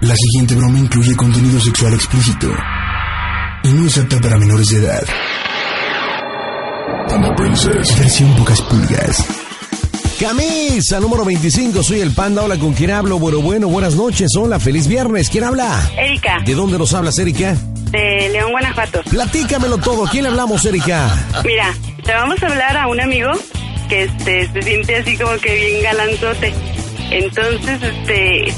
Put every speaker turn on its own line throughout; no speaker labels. La siguiente broma incluye contenido sexual explícito y no es apta para menores de edad.
Panda Princess.
Versión pocas pulgas.
Camisa número 25, soy el Panda. Hola, ¿con quién hablo? Bueno, bueno, buenas noches. Hola, feliz viernes. ¿Quién habla?
Erika,
¿De dónde nos hablas, Erika?
de León, Guanajuato.
Platícamelo todo. ¿Quién le hablamos, Erika?
Mira, le vamos a hablar a un amigo que este, se siente así como que bien galanzote. Entonces, este,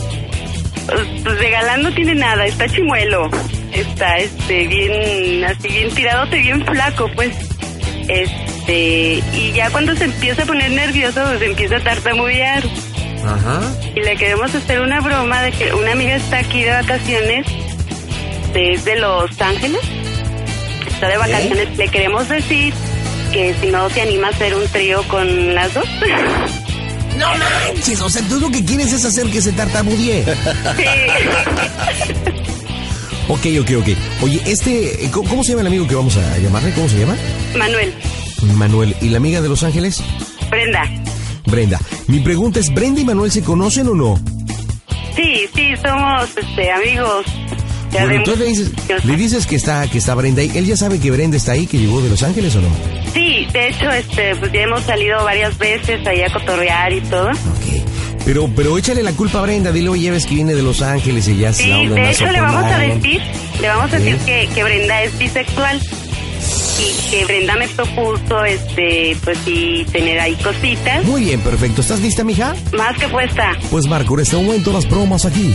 pues de galán no tiene nada, está chimuelo, está este, bien, así bien tiradote, bien flaco, pues. Este, y ya cuando se empieza a poner nervioso, pues empieza a tartamudear.
Ajá.
Y le queremos hacer una broma de que una amiga está aquí de vacaciones, desde Los Ángeles. Está de vacaciones. Le queremos decir que si no se anima a hacer un trío con las dos.
No manches, o sea, tú lo que quieres es hacer que se tartamudee.
Sí.
ok, ok, ok. Oye, este, eh, ¿cómo, cómo se llama el amigo que vamos a llamarle? ¿Cómo se llama?
Manuel,
Manuel. ¿Y la amiga de Los Ángeles?
Brenda.
Brenda. Mi pregunta es, ¿Brenda y Manuel se conocen o no?
Sí, sí, somos este, amigos. Ya
Bueno,
de
entonces le
muchos años.
dices, le dices que está, que está Brenda ahí. ¿Él ya sabe que Brenda está ahí, que llegó de Los Ángeles o no?
Sí, de hecho, este, pues ya hemos salido varias veces ahí a cotorrear y todo.
Ok. Pero, pero échale la culpa a Brenda, dile, oye, ves que viene de Los Ángeles y ya es la
Sí,
onda
de
más
hecho le
open
vamos a
mind.
decir, le vamos a
Sí.
decir que, que Brenda es bisexual y que Brenda me propuso, este, pues sí, tener ahí cositas.
Muy bien, perfecto. ¿Estás lista, mija?
Más que puesta.
Pues Marco, en este momento las bromas aquí.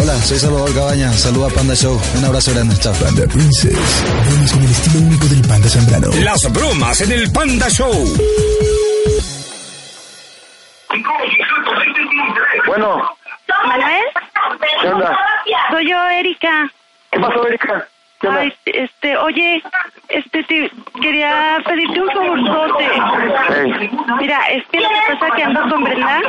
Hola, soy Salvador Cabaña. Saluda a Panda Show. Un abrazo grande. Chao.
Panda Princess. Bromas con el estilo único del Panda Zambrano.
Las bromas en el Panda Show.
Bueno,
Manuel,
¿qué onda?
soy yo, Erika.
¿Qué pasó, Erika? ¿Qué onda?
Ay, este, oye, este, te- quería pedirte un favorzote.
Ey.
Mira, es que lo que pasa es que ando con Brenda.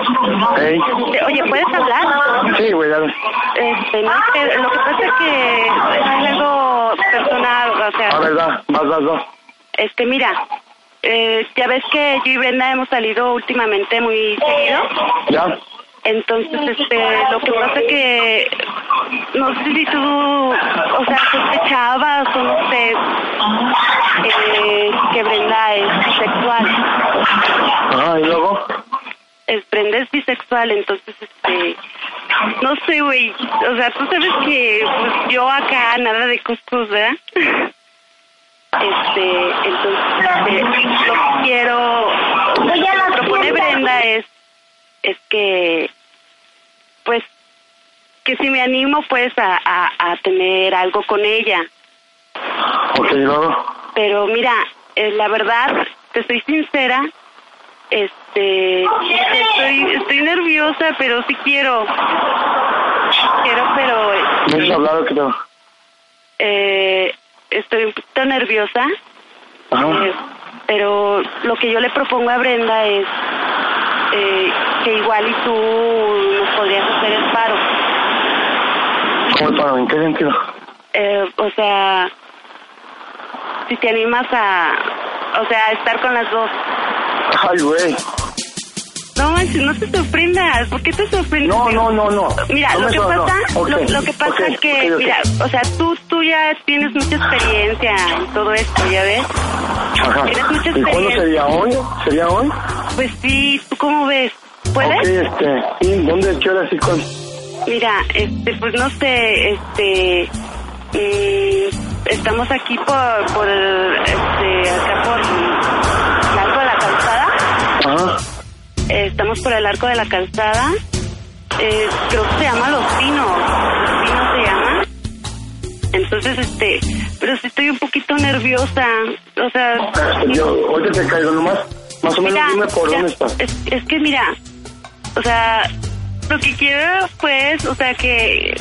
Ey.
Este, oye, ¿puedes hablar?
Sí, güey, dale.
Este, no sé, lo que pasa es que es algo personal, o sea.
A ver, da, vas, vas, vas.
Este, mira, eh, ya ves que yo y Brenda hemos salido últimamente muy seguido.
¿Ya?
Entonces, este, lo que pasa que no sé si tú, o sea, sospechabas o no sé eh, que Brenda es bisexual.
Ajá, y luego.
Es, Brenda es bisexual, entonces, este, no sé, güey. O sea, tú sabes que pues, yo acá nada de cuscús, ¿verdad? Este, entonces, este, lo que quiero, lo que propone Brenda es, es que, pues, que si me animo, pues, a, a, a tener algo con ella.
Ok, y luego.
Pero mira, eh, la verdad, te soy sincera, este, estoy, estoy nerviosa, pero sí quiero, quiero, pero
¿Me has hablado que te
eh, estoy un poquito nerviosa, eh,
Ajá.
pero lo que yo le propongo a Brenda es eh, que igual y tú nos podrías hacer el paro.
¿Cómo para ¿En qué sentido?
Eh, o sea, si te animas a, o sea, a estar con las dos.
Ay, güey.
No, manches, no te sorprendas. ¿Por qué te sorprendes?
No, no, no, no.
Mira,
No
lo
me
que
so- no.
pasa,
Ok,
lo, lo que pasa
ok,
es que,
ok, ok.
mira, o sea, tú, tú ya tienes mucha experiencia en todo esto, ¿ya ves?
Ajá.
Tienes mucha
¿Y cuándo
experiencia.
sería hoy? ¿Sería hoy?
Pues sí, ¿tú cómo ves?
Ok,
¿Puedes?
este. ¿y ¿Dónde qué hora sí con.?
Mira, este, pues no sé, este, mm, estamos aquí por, por, este, acá por el arco de la calzada.
Ajá.
Eh, estamos por el arco de la calzada. Eh, creo que se llama Los Pinos. Los Pinos se llama. Entonces, este, pero sí estoy un poquito nerviosa. O sea,
Este, Yo, ahorita te caigo nomás. Más o menos
mira,
dime por
ya,
dónde está.
Es, es que mira, o sea, lo que quiero, pues, o sea, que,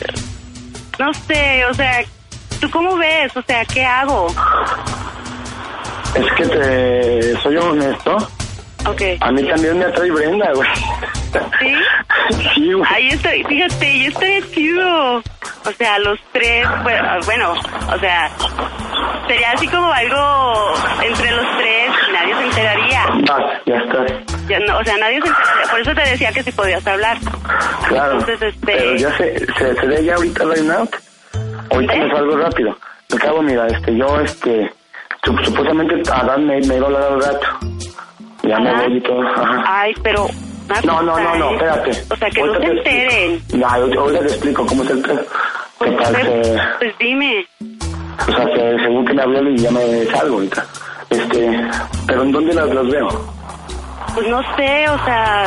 no sé, o sea, ¿tú cómo ves? O sea, ¿qué hago?
Es que te. Soy honesto.
Ok.
A mí también me atrae Brenda, güey.
¿Sí?
Sí, güey.
Ahí estoy, fíjate, ya estaría chido. O sea, los tres, bueno, bueno, o sea, sería así como algo entre los tres y nadie se enteraría.
Ah, ya está.
Ya no, o sea, nadie se enteraría. Por eso te decía que si podías hablar.
Claro.
Entonces, este-
Pero ya se, se, se ve ya ahorita line out. Ahorita
¿Eh?
me salgo rápido. Al cabo, mira, este, yo, este, sup- supuestamente Adán me, me iba a hablar al rato. Ya
Ajá.
me voy y todo. Ajá.
Ay, pero... una
No, no, no, no,
cosa,
espérate.
¿eh? O sea, que no
Ahorita
se
te explico.
enteren.
Ya, ahor- ahorita te explico cómo es el pedo.
Pues,
¿Qué tal
pues,
que-
pues dime.
O sea, que según que me hablan y ya me salgo ahorita. Este, pero ¿en dónde las, las veo?
Pues no sé, o sea,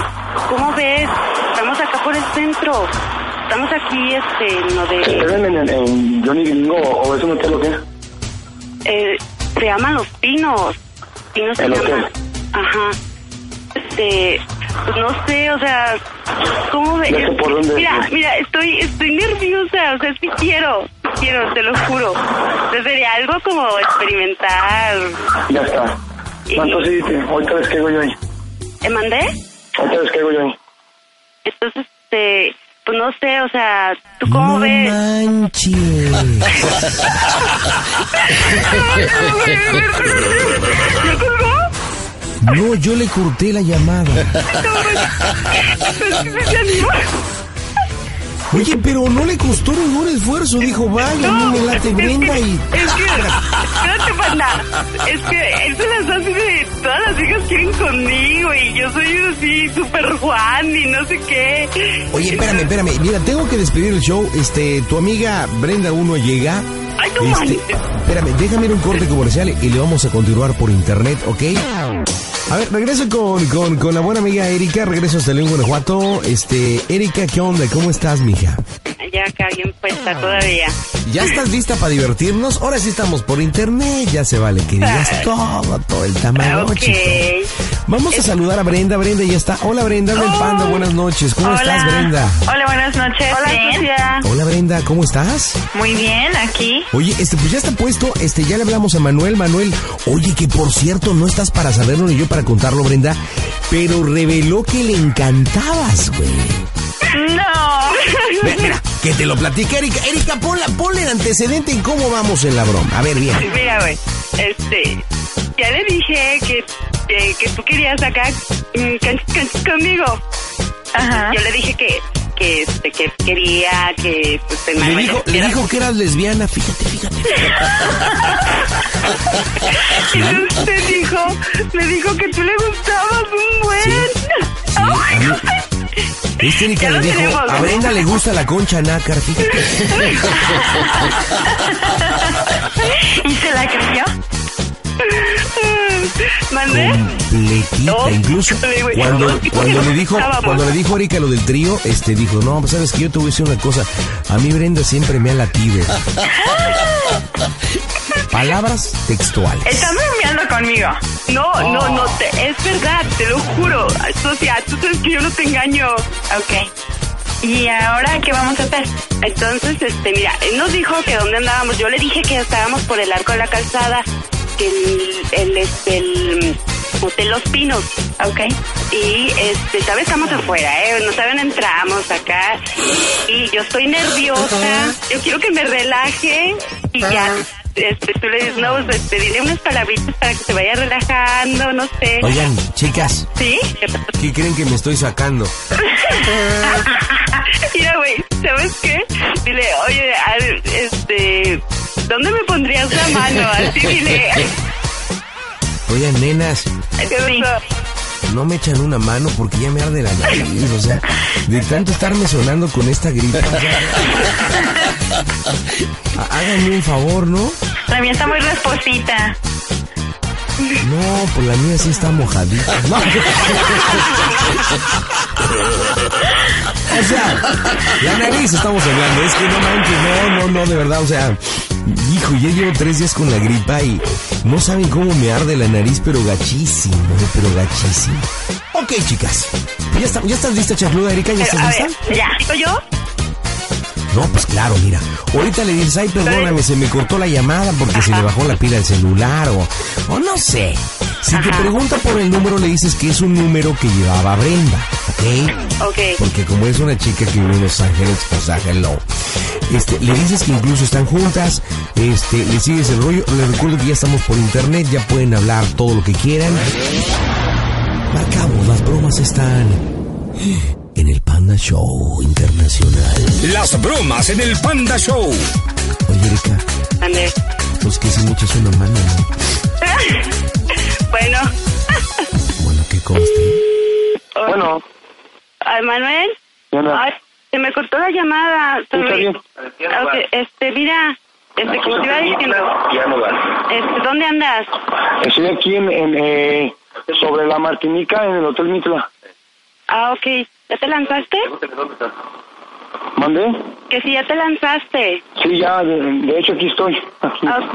¿cómo ves? Estamos acá por el centro. Estamos aquí, este, en lo de...
¿Esperan en, en, en Johnny Gringo o, o es un hotel o qué?
eh, se llaman Los Pinos. Pinos se
¿El
llama-
hotel?
Ajá. Este, pues no sé, o sea, ¿cómo ves?
Ya sé por dónde-
mira, mira, estoy, estoy nerviosa, o sea, es que quiero, quiero, te lo juro. O sea, sería algo como experimentar.
Ya está. No, entonces, sí, ahorita les caigo yo ahí.
¿Te mandé?
Ahorita les caigo yo ahí.
Entonces, este, pues no sé, o sea, ¿tú
no
cómo ves?
manches.
¿Me colgó?
No, yo le corté la llamada.
¿Se animó?
Oye, pero no le costó ningún esfuerzo. Dijo, vaya, a mí me late
es
Brenda
que,
y...
Es que, espérate, panda. Es que él se las hace de todas las hijas quieren conmigo y yo soy así, super Juan y no sé qué.
Oye, espérame, espérame. Mira, tengo que despedir el show. Este, tu amiga Brenda Uno llega.
Ay, no
Este,
manches.
espérame, déjame ir a un corte comercial y le vamos a continuar por internet, ¿ok? A ver, regreso con, con, con la buena amiga Erika. Regreso hasta León, Guanajuato. Este, Erika, ¿qué onda? ¿Cómo estás, mija?
Ya acá bien puesta todavía.
¿Ya estás lista para divertirnos? Ahora sí estamos por internet. Ya se vale que digas todo, todo el tamaño.
Ok.
Vamos a saludar a Brenda. Brenda ya está. Hola, Brenda. Hola, el Panda. Buenas noches. ¿Cómo
Hola.
estás, Brenda?
Hola, buenas noches.
Hola,
Bien.
Sucia.
Hola, Brenda. ¿Cómo estás?
Muy bien, aquí.
Oye, este, pues ya está puesto, este, ya le hablamos a Manuel, Manuel, oye, que por cierto, no estás para saberlo ni yo para contarlo, Brenda, pero reveló que le encantabas, güey.
No.
Ve, Mira, que te lo platica Erika. Erika, ponla, ponle el antecedente en cómo vamos en la broma. A ver, bien.
Mira, güey, este, ya le dije que, que, que tú querías acá mm, canchis, canchis conmigo.
Ajá.
Yo le dije que, que, este, que quería que, pues, el
Le
Manuel
dijo, le
era-
dijo que eras lesbiana, fíjate, fíjate.
Entonces te dijo, me dijo que tú le gustabas un buen. Ay,
Este Erika
Ya
le
lo
dijo,
tenemos,
a
¿no?
Brenda le gusta la concha nácar, fíjate.
¿Y se la creyó?
¿Mandé?
completita.
No,
Incluso
le digo,
cuando,
no,
cuando
no,
le dijo,
estábamos.
cuando le dijo Erika lo del trío, este dijo, no, pues sabes que yo te voy a decir una cosa, a mí Brenda siempre me ha latido. Palabras textuales.
Están bromeando conmigo.
No, no, no, te- es verdad, te lo juro. Socia, tú sabes que yo no te engaño.
Ok. ¿Y ahora qué vamos a hacer?
Entonces, este, mira, él nos dijo que dónde andábamos. Yo le dije que estábamos por el arco de la calzada, que el, el, este, el mm, Hotel Los Pinos.
Ok.
Y, este, ¿sabes? Estamos afuera, ¿eh? No saben, entramos acá. Y yo estoy nerviosa. Yo quiero que me relaje y ya. Este, tú le dices, no, pues, este, dile unas palabritas para que se vaya relajando, no sé.
Oigan, chicas,
¿Sí?
¿qué creen que me estoy sacando?
Mira, güey, ¿sabes qué? Dile, oye, a ver, este, ¿dónde me pondrías la mano? Así dile.
Oigan, nenas, no me echan una mano porque ya me arde la nariz, o sea, de tanto estarme sonando con esta gripa. ya. Há- Háganme un favor, ¿no?
También está muy resposita.
No, pues la mía sí está mojadita. No. o sea, la nariz estamos hablando. Es que no manches, no, no, no, de verdad. O sea, hijo, ya llevo tres días con la gripa y no saben cómo me arde la nariz, pero gachísimo, eh, pero gachísimo. Ok, chicas. ¿Ya, está- ya estás lista, charluda, Erika? ¿Ya
Pero,
estás
a
lista?
ver, ya. ¿Digo yo?
No, pues claro, mira. Ahorita le dices, ay, perdóname, se me cortó la llamada porque se le bajó la pila del celular o, o no sé. Si te
Ajá.
pregunta por el número, le dices que es un número que llevaba Brenda, ¿ok?
Ok.
Porque como es una chica que vive en Los Ángeles, pues ah, hello. Este, le dices que incluso están juntas, este, le sigues el rollo. Les recuerdo que ya estamos por internet, ya pueden hablar todo lo que quieran. Marcamos, las bromas están en el Panda Show Internacional.
Las bromas en el Panda Show.
Oye, Erika,
André.
pues que si muchas una mano, ¿no?
bueno,
Bueno, que conste.
o-
Bueno,
ay, Manuel.
¿qué onda?
Ay, se me cortó la llamada.
está
Sorry.
bien.
Ok, este, mira, este, como te iba diciendo,
Ya no va.
este, ¿dónde andas?
Estoy aquí en, en, eh, sobre la Martinica en el Hotel Mitla.
Ah, ok. ¿Ya te lanzaste?
¿Mandé?
Que si ya te lanzaste.
Sí, ya, de, de hecho aquí estoy.
Ah, Ok,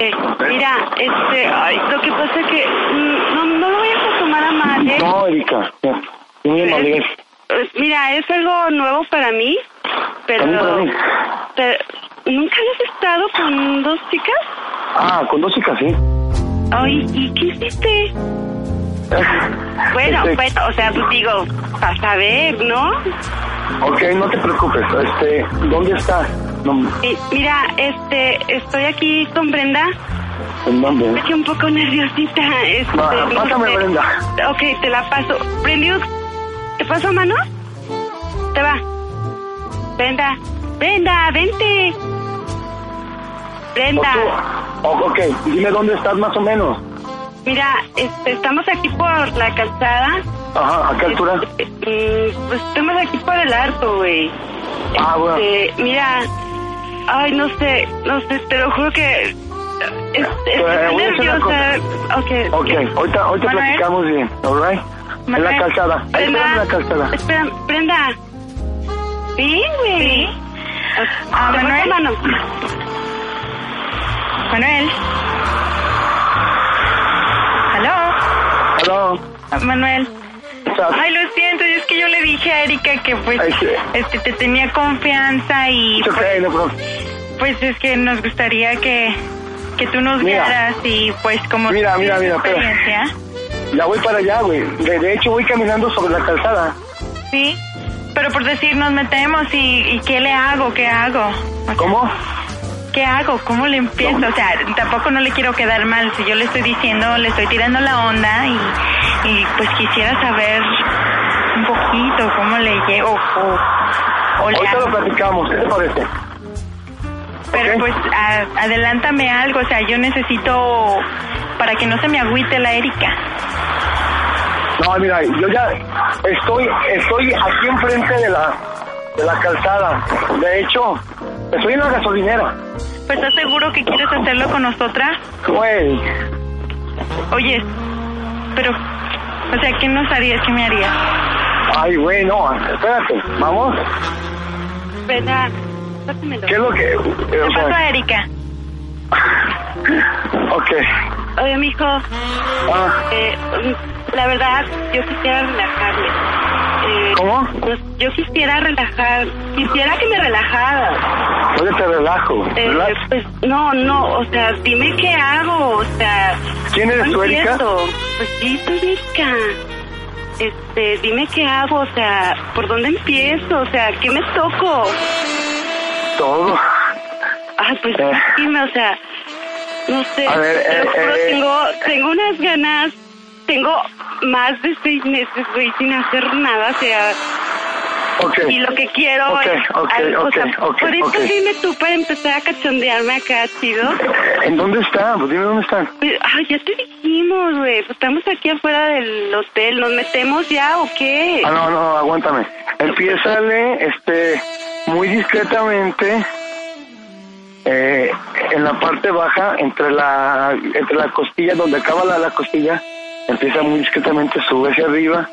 mira, este, ay, lo que pasa es que mm, no, no lo vayas a tomar a mal, ¿eh?
No, Erika, ya. Yo me
Es-
madurez.
es- mira, es algo nuevo para mí,
También para
pero,
mí.
pero ¿nunca habías estado con dos chicas?
Ah, con dos chicas, sí.
Ay, ¿y qué hiciste? Bueno,
Este-
bueno, o sea, pues digo, para saber, ¿no?
Ok, no te preocupes. Este, ¿dónde está? No,
Y, mira, este, estoy aquí con Brenda,
¿En dónde?
estoy un poco nerviosita. Este,
Va,
no
pásame,
sé.
Brenda.
Ok, te la paso. Brenda, ¿te paso mano? Te va. Brenda, Brenda, vente.
O
Brenda,
tú. O- ok, dime dónde estás más o menos.
mira, este, estamos aquí por la calzada.
Ajá, ¿a qué altura?
Eh, eh, Pues estamos aquí por el harto, güey.
Ah, bueno.
Este, mira, ay, no sé, no sé, te lo juro que... eh, Es, es-
eh, voy a
estoy
hacer una
nerviosa. Ok,
Ok, ahorita, ahorita
Manuel.
platicamos bien, ¿alright? En la
Manuel,
calzada. Ahí
Brenda,
está en la calzada.
Espera, Brenda. Sí, güey.
Ah,
Te
Manuel.
paso mano.
Manuel. ¿Aló?
Hello.
Ah, Manuel.
What's up?
Ay, lo siento, es que yo le dije a Erika que pues
Ay, sí.
este te tenía confianza y
It's okay, no problem.
pues es que nos gustaría que que tú nos
Mira.
guiaras y pues como
Mira,
tú
mira,
tienes
mira, espera.
experiencia,
Ya voy para allá, güey. De, de hecho, voy caminando sobre la calzada.
sí. Pero por decir nos metemos y, y qué le hago, qué hago.
¿Cómo?
¿Qué hago? ¿Cómo le empiezo? O sea, tampoco no le quiero quedar mal. Si yo le estoy diciendo, le estoy tirando la onda y, y pues quisiera saber un poquito cómo le llego o, o le
Ahorita lo
hago.
platicamos. ¿Qué te parece?
Pero
ok.
pues a- adelántame algo. O sea, yo necesito para que no se me agüite la Erika.
No, mira, yo ya estoy, estoy aquí enfrente de la, de la calzada. De hecho, estoy en la gasolinera.
Pues ¿estás seguro que quieres hacerlo con nosotras?
Güey,
Oye, pero, o sea, ¿qué nos harías? ¿Qué me harías?
ay, güey, no, espérate, vamos.
Brenda, pásamelo.
¿Qué es lo que...? eh,
¿Qué
o
pasó,
sea,
Erika?
ok,
Oye, mijo,
ah,
eh, mm, la verdad, yo quisiera relajarme. Eh,
¿Cómo?
pues, yo quisiera relajar, quisiera que me relajara.
oye, te relajo,
Eh,
¿verdad?
pues, no, no, o sea, dime qué hago, o sea...
¿Quién eres
no
tú, Erika?
entiendo. Pues sí, soy Erika. Este, dime qué hago, o sea, ¿por dónde empiezo? O sea, ¿qué me toco?
Todo.
Ah, pues
Eh.
dime, o sea, no sé,
A ver,
te lo
eh,
juro,
eh.
tengo, tengo unas ganas, tengo más de seis meses, güey, sin hacer nada, o sea,
Ok,
y lo que quiero
Ok,
es...
ok,
algo, o
ok,
sea,
ok,
por eso
ok.
dime tú para empezar a cachondearme acá, chido.
eh, ¿en dónde están? Pues dime dónde están.
Pero, Ay, ya te dijimos, güey, pues estamos aquí afuera del hotel, ¿nos metemos ya o qué?
Ah, no, no, aguántame. Empiézale, este, muy discretamente, eh, en la parte baja, entre la, entre la costilla, donde acaba la, la costilla, empieza muy discretamente, sube hacia arriba,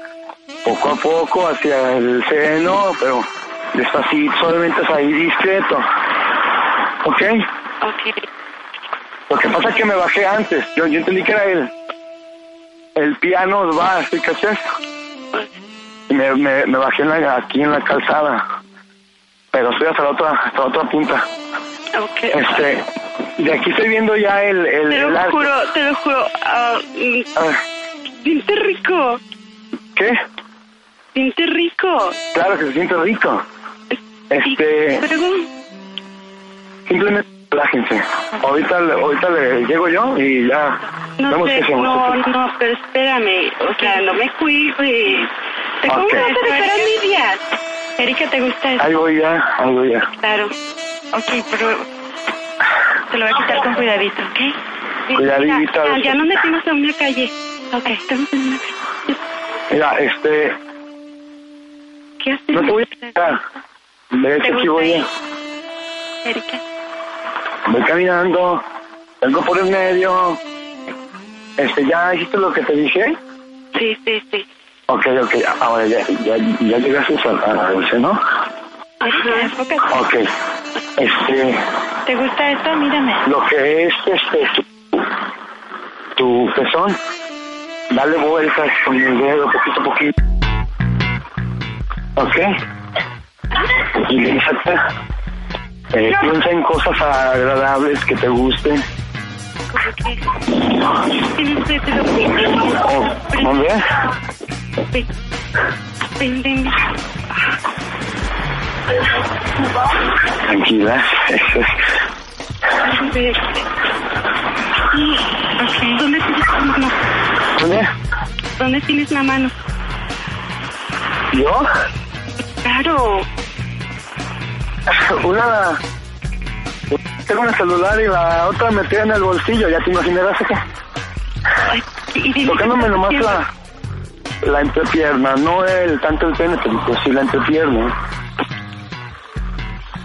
poco a poco, hacia el seno, pero despacito, solamente es ahí discreto. ¿Ok?
Ok.
Lo que pasa es que me bajé antes, yo, yo entendí que era el, el piano va, ¿sí cachas? Y me, me, me bajé en la- aquí en la calzada. Pero estoy hasta la otra, hasta la otra punta.
Ok.
Este, de aquí estoy viendo ya el, el,
Te
el
lo
arco.
juro, te lo juro. ah, mm,
A ver,
siente rico,
¿Qué?
siente rico.
Claro que se siente rico.
Y
Este,
luego,
simplemente relájense. Ahorita, le- ahorita le llego yo y ya
no
vemos
sé,
qué hacemos.
no, no, pero espérame. O sea, no me cuides. ¿Te ¿Cómo
Ok.
me vas a dejar a medias?
Erika, ¿te gusta eso?
Ahí voy ya, ahí voy ya.
Claro.
Ok, pero te lo voy a quitar con cuidadito, ¿ok?
Cuidadita.
Ya, ya no metimos a una calle.
Ok, estamos en una...
Mira, este,
¿Qué haces?
no te voy a quitar. De hecho, aquí voy a...
Erika.
Voy caminando, vengo por el medio. Este, ¿ya hiciste lo que te dije?
Sí, sí, sí.
Ok, ok, ahora ya, ya, ya llegaste a a Dulce, ¿no?
Erika, enfócate.
Ok. Este,
¿Te gusta esto? Mírame.
lo que es este, tu, tu pezón, dale vueltas con el dedo poquito a poquito. Ok. Utilízate. Eh, piensa en cosas agradables que te gusten.
Tienes que te lo
Oh, ¿Dónde?
Ven, ven, ven.
Tranquila.
ven. Sí, ok. ¿Dónde tienes la mano?
¿Dónde?
¿Dónde tienes la mano?
¿Yo?
Claro.
Una. Tengo un celular y la otra metida en el bolsillo, ya te imaginarás eso.
Ay, y dime,
Tocándome
¿qué
nomás
estás
la, la entrepierna, no el tanto el pene, pero pues sí la entrepierna.
haciendo?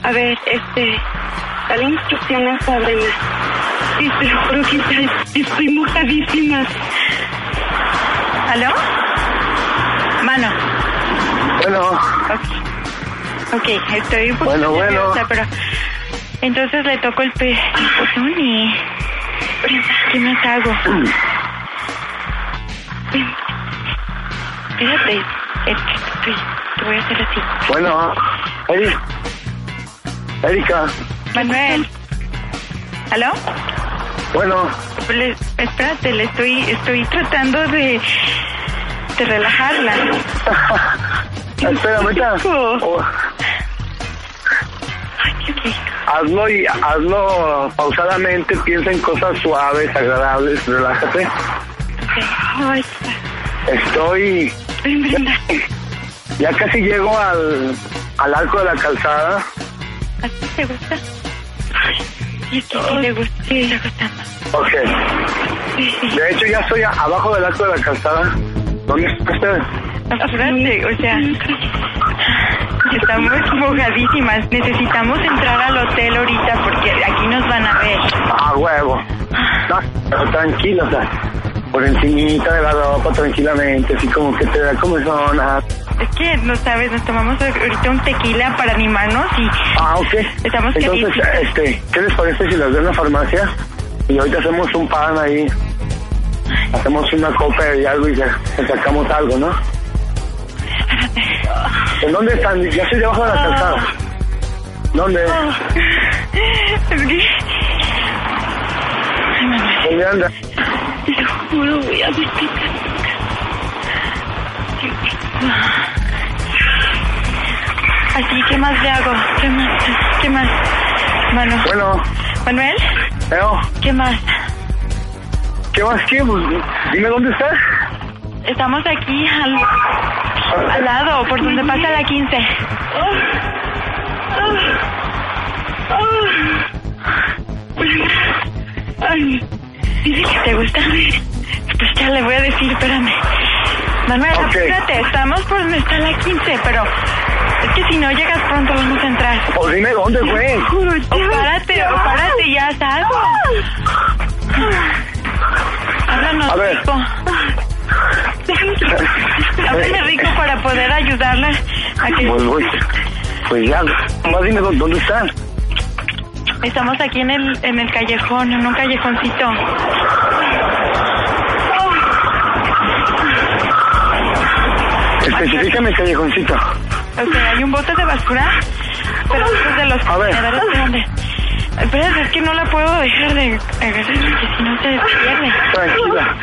A ver, este... Dale instrucciones a Elena. Sí, te lo juro que ya estoy mojadísima.
¿Aló? Mano.
Bueno,
Ok, estoy un poco
Bueno, bueno.
nerviosa, pero... Entonces le toco el pe... el pezón y... ¿Qué más hago? Espérate. Es que estoy... Te voy a hacer así.
bueno, Eri- Erika,
Manuel. ¿Aló?
bueno,
Le- espérate, le estoy, estoy tratando de, de relajarla.
espera, ahorita.
rico.
oh,
Ay, qué rico.
hazlo y hazlo pausadamente, piensa en cosas suaves, agradables, relájate.
Ay,
Estoy
ven, Brenda.
Ya casi llego al, al arco de la calzada.
¿A ti te gusta? Y es que sí le gusta, sí le gusta más.
Ok. De hecho, ya estoy a- abajo del arco de la calzada. ¿Dónde está usted?
Espérate, o sea, estamos mojadísimas. Necesitamos entrar al hotel ahorita porque aquí nos van a ver.
Ah, huevo. No, pero tranquilo, o sea, por encimita de la ropa, tranquilamente, así como que te da como zona.
Es que, no sabes, nos tomamos ahorita un tequila para animarnos y
Ah, ok.
Estamos
Entonces,
calientitas.
este, ¿qué les parece si las veo en la farmacia? Y ahorita hacemos un pan ahí. Hacemos una copa y algo y ya le sacamos algo, ¿no? ¿En dónde están? Ya estoy debajo de la calzada. ¿Dónde?
Ah. es que
¿Dónde Pues anda?
Te lo juro, voy a vestir.
así, ¿qué más le hago? ¿Qué más? ¿Qué más? Mano,
Bueno,
Manuel,
Eo,
¿qué más?
¿qué más que? Dime dónde está.
Estamos aquí al, al lado, por donde pasa la 15.
Ay,
Dice que te gusta. Pues ya le voy a decir, espérame. Manuel,
Ok.
apúrate, estamos por donde está la 15, pero es que si no llegas pronto vamos a entrar.
O Pues dime dónde,
Pues,
güey.
Juro, párate, o párate, ya haz algo. Háblanos,
A ver.
rico.
déjame que
Háblame rico para poder ayudarla a
Pues,
que
güey. Pues ya, más dime dó- dónde está.
estamos aquí en el en el callejón, en un callejoncito.
Especifícame el callejoncito.
O sea, hay un bote de basura
pero estos de los
A ver.
contenedores de dónde. Espérate, es que no la puedo dejar de agarrar porque si no se pierde.
Tranquila.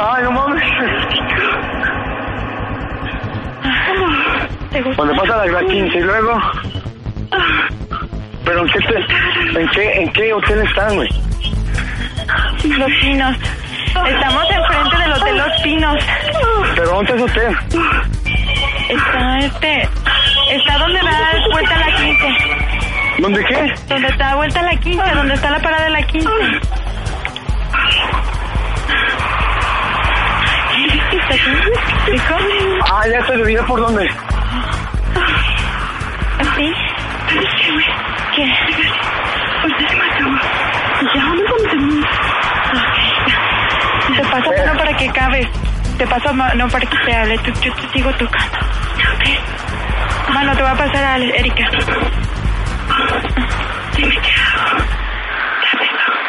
Ay, no mames.
¿Te gusta?
Cuando pasa la Gran 15 y luego. Pero en qué, te- en qué, en qué hotel están, güey.
Los pinos. Estamos enfrente del Hotel Los Pinos.
Pero ¿dónde es hotel?
Está este. Está donde da vuelta la 15.
¿Dónde qué?
Donde está vuelta la 15, donde está la parada de la 15. ¿Está aquí? ¿Dijo?
Ah, ya se olvidó por dónde.
¿Sí? ¿Qué? Te paso uno para que cabes. Te paso ma- no para que te hable. Tú- yo te sigo tocando. ¿Ok? Mano, te voy a pasar a Ale- Erika.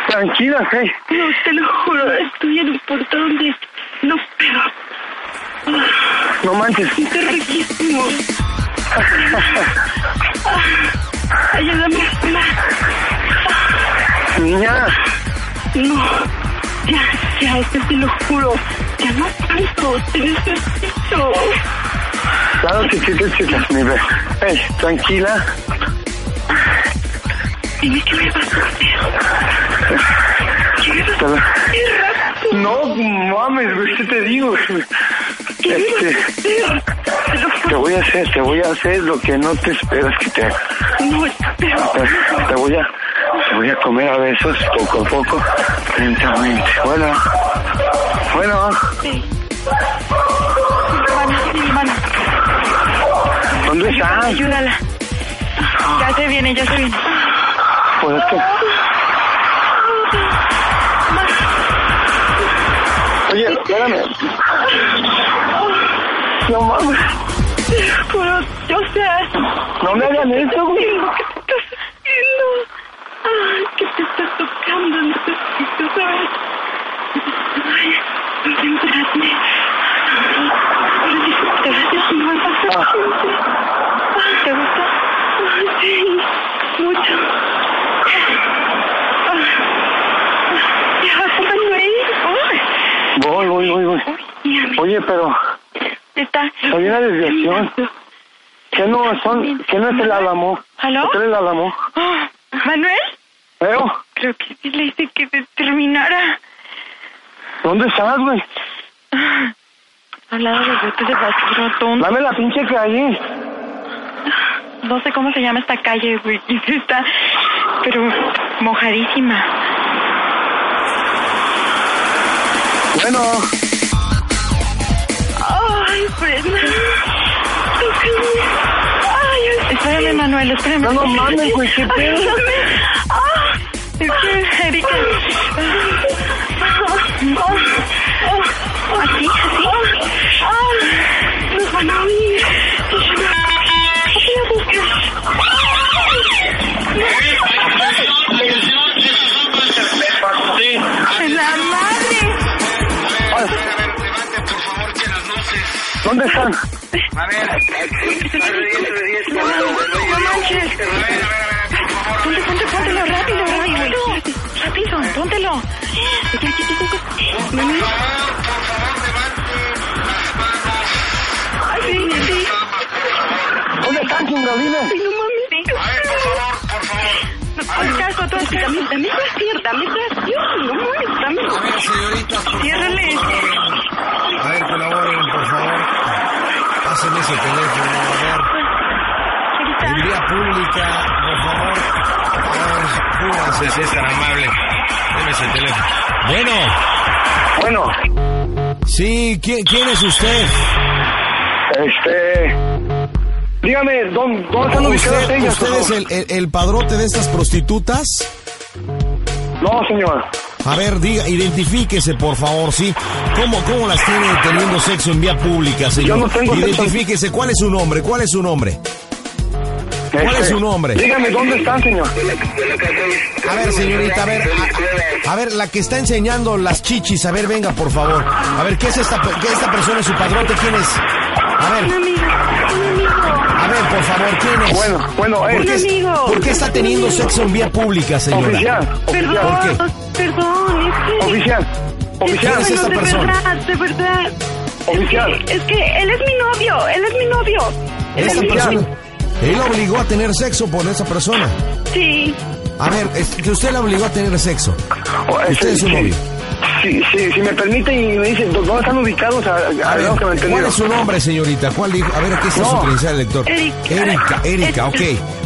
Tranquila, hey.
No, te lo juro, estoy en un portón de... No, pero
No manches.
está riquísimo. Ayúdame.
Niña.
No, ya, ya, es que te lo juro. Ya no puedo, te necesito.
Claro que sí te chicas, mi bebé. Hey, tranquila.
Dime qué me vas a hacer. ¿Qué me vas
Te la-
a hacer?
No mames, güey, ¿qué te digo?
¿Qué me vas a
Este,
hacer? Te lo
te
juro.
voy a hacer, te voy a hacer lo que no te esperas que te haga.
No, pero...
Te, te voy a, te voy a comer a besos poco a poco, lentamente. Bueno, bueno,
Sí. Mano, sí, mano.
¿dónde estás?
Ayúdala. Ya se viene, ya se viene.
Pues es que- Oye, espérame. No mames,
Pero, o sea...
no me hagan eso, güey.
¿Qué te estás haciendo? Ay, que te estás tocando, necesito saber. Ay, concentrarme. Pero disfrutar de ti no vas a Ay, ¿te gusta? Ay, sí, mucho. Ay, Ya, acompáñame ahí. Ay,
Voy, voy, voy, voy.
mírame,
Oye, pero
Está.
hay una desviación. ¿Qué no, son, ¿qué no es el álamo?
¿Aló?
¿Qué es el álamo?
Ah, Manuel,
¿Pero?
creo que sí le hice que se terminara.
¿Dónde estás, güey?
Al lado de botes de basura, tonto.
Dame la pinche calle.
No sé cómo se llama esta calle, güey. Está, pero mojadísima.
Bueno,
Ay, Brenda. Tócame. Ay,
Espérame, Manuel, espérame.
no, no mames, güey, qué pedo.
ayúdame. Ay.
Ah, Es que, Erika.
Así, así. Ay, nos van a oír.
La madre.
¿Dónde están?
No manches. Ponte, ponte, póntelo rápido, rápido. Rápido, póntelo.
Ay, sí, sí.
¿Dónde están, chingado? Dime.
Ay, no mames.
Haz caso, tú haz caso.
Dame, dame placer, dame placer. No mames, dame.
Señoritas,
Ciérrale.
a ver, colaboren, por favor. Pásenme ese teléfono, a ver. En vía pública, por favor. A ver, púbase, si es tan amable. Deme ese teléfono. Bueno.
Bueno,
Sí, ¿quién, quién es usted?
este... Dígame, ¿dónde, dónde están ubicadas
¿Usted,
ellas?
usted
por
es
favor?
el, el- el padrote de estas prostitutas?
No, señor.
A ver, diga, identifíquese, por favor, ¿sí? ¿Cómo, cómo las tiene teniendo sexo en vía pública, señor?
no tengo sexo.
identifíquese, ¿cuál es su nombre? ¿Cuál es su nombre?
¿Cuál
es su nombre?
Este, Dígame, ¿dónde están, señor?
A ver, señorita, a ver, a, a ver, la que está enseñando las chichis, a ver, venga, por favor. A ver, ¿qué es esta, pe- qué esta persona? ¿Es su padrote? ¿Quién es? A ver,
Amiga, un amigo.
a ver, por por favor, ¿quién es?
Bueno, bueno,
¿Por
él.
qué, es-
Un amigo.
¿Por qué está teniendo sexo en vía pública, señora?
Oficial,
Perdón,
¿Por qué?
perdón, es que...
oficial,
Es
oficial,
¿Quién
que,
es esta
bueno, de
persona?
verdad, de verdad.
Oficial.
Es que, es que él es mi novio, él es mi novio.
Esa
Oficial.
persona. Él obligó a tener sexo por esa persona.
Sí,
A ver, es que usted la obligó a tener sexo.
O-
Usted es su
sí,
novio.
Sí, sí, si me permite y me dice, ¿dó- ¿dónde están ubicados? A, a- a ver, que me
¿Cuál
entendieron.
es su nombre, señorita? ¿Cuál dijo? A ver, aquí está su
No.
credencial de lector.
Erika.
Erika, Erika, ok.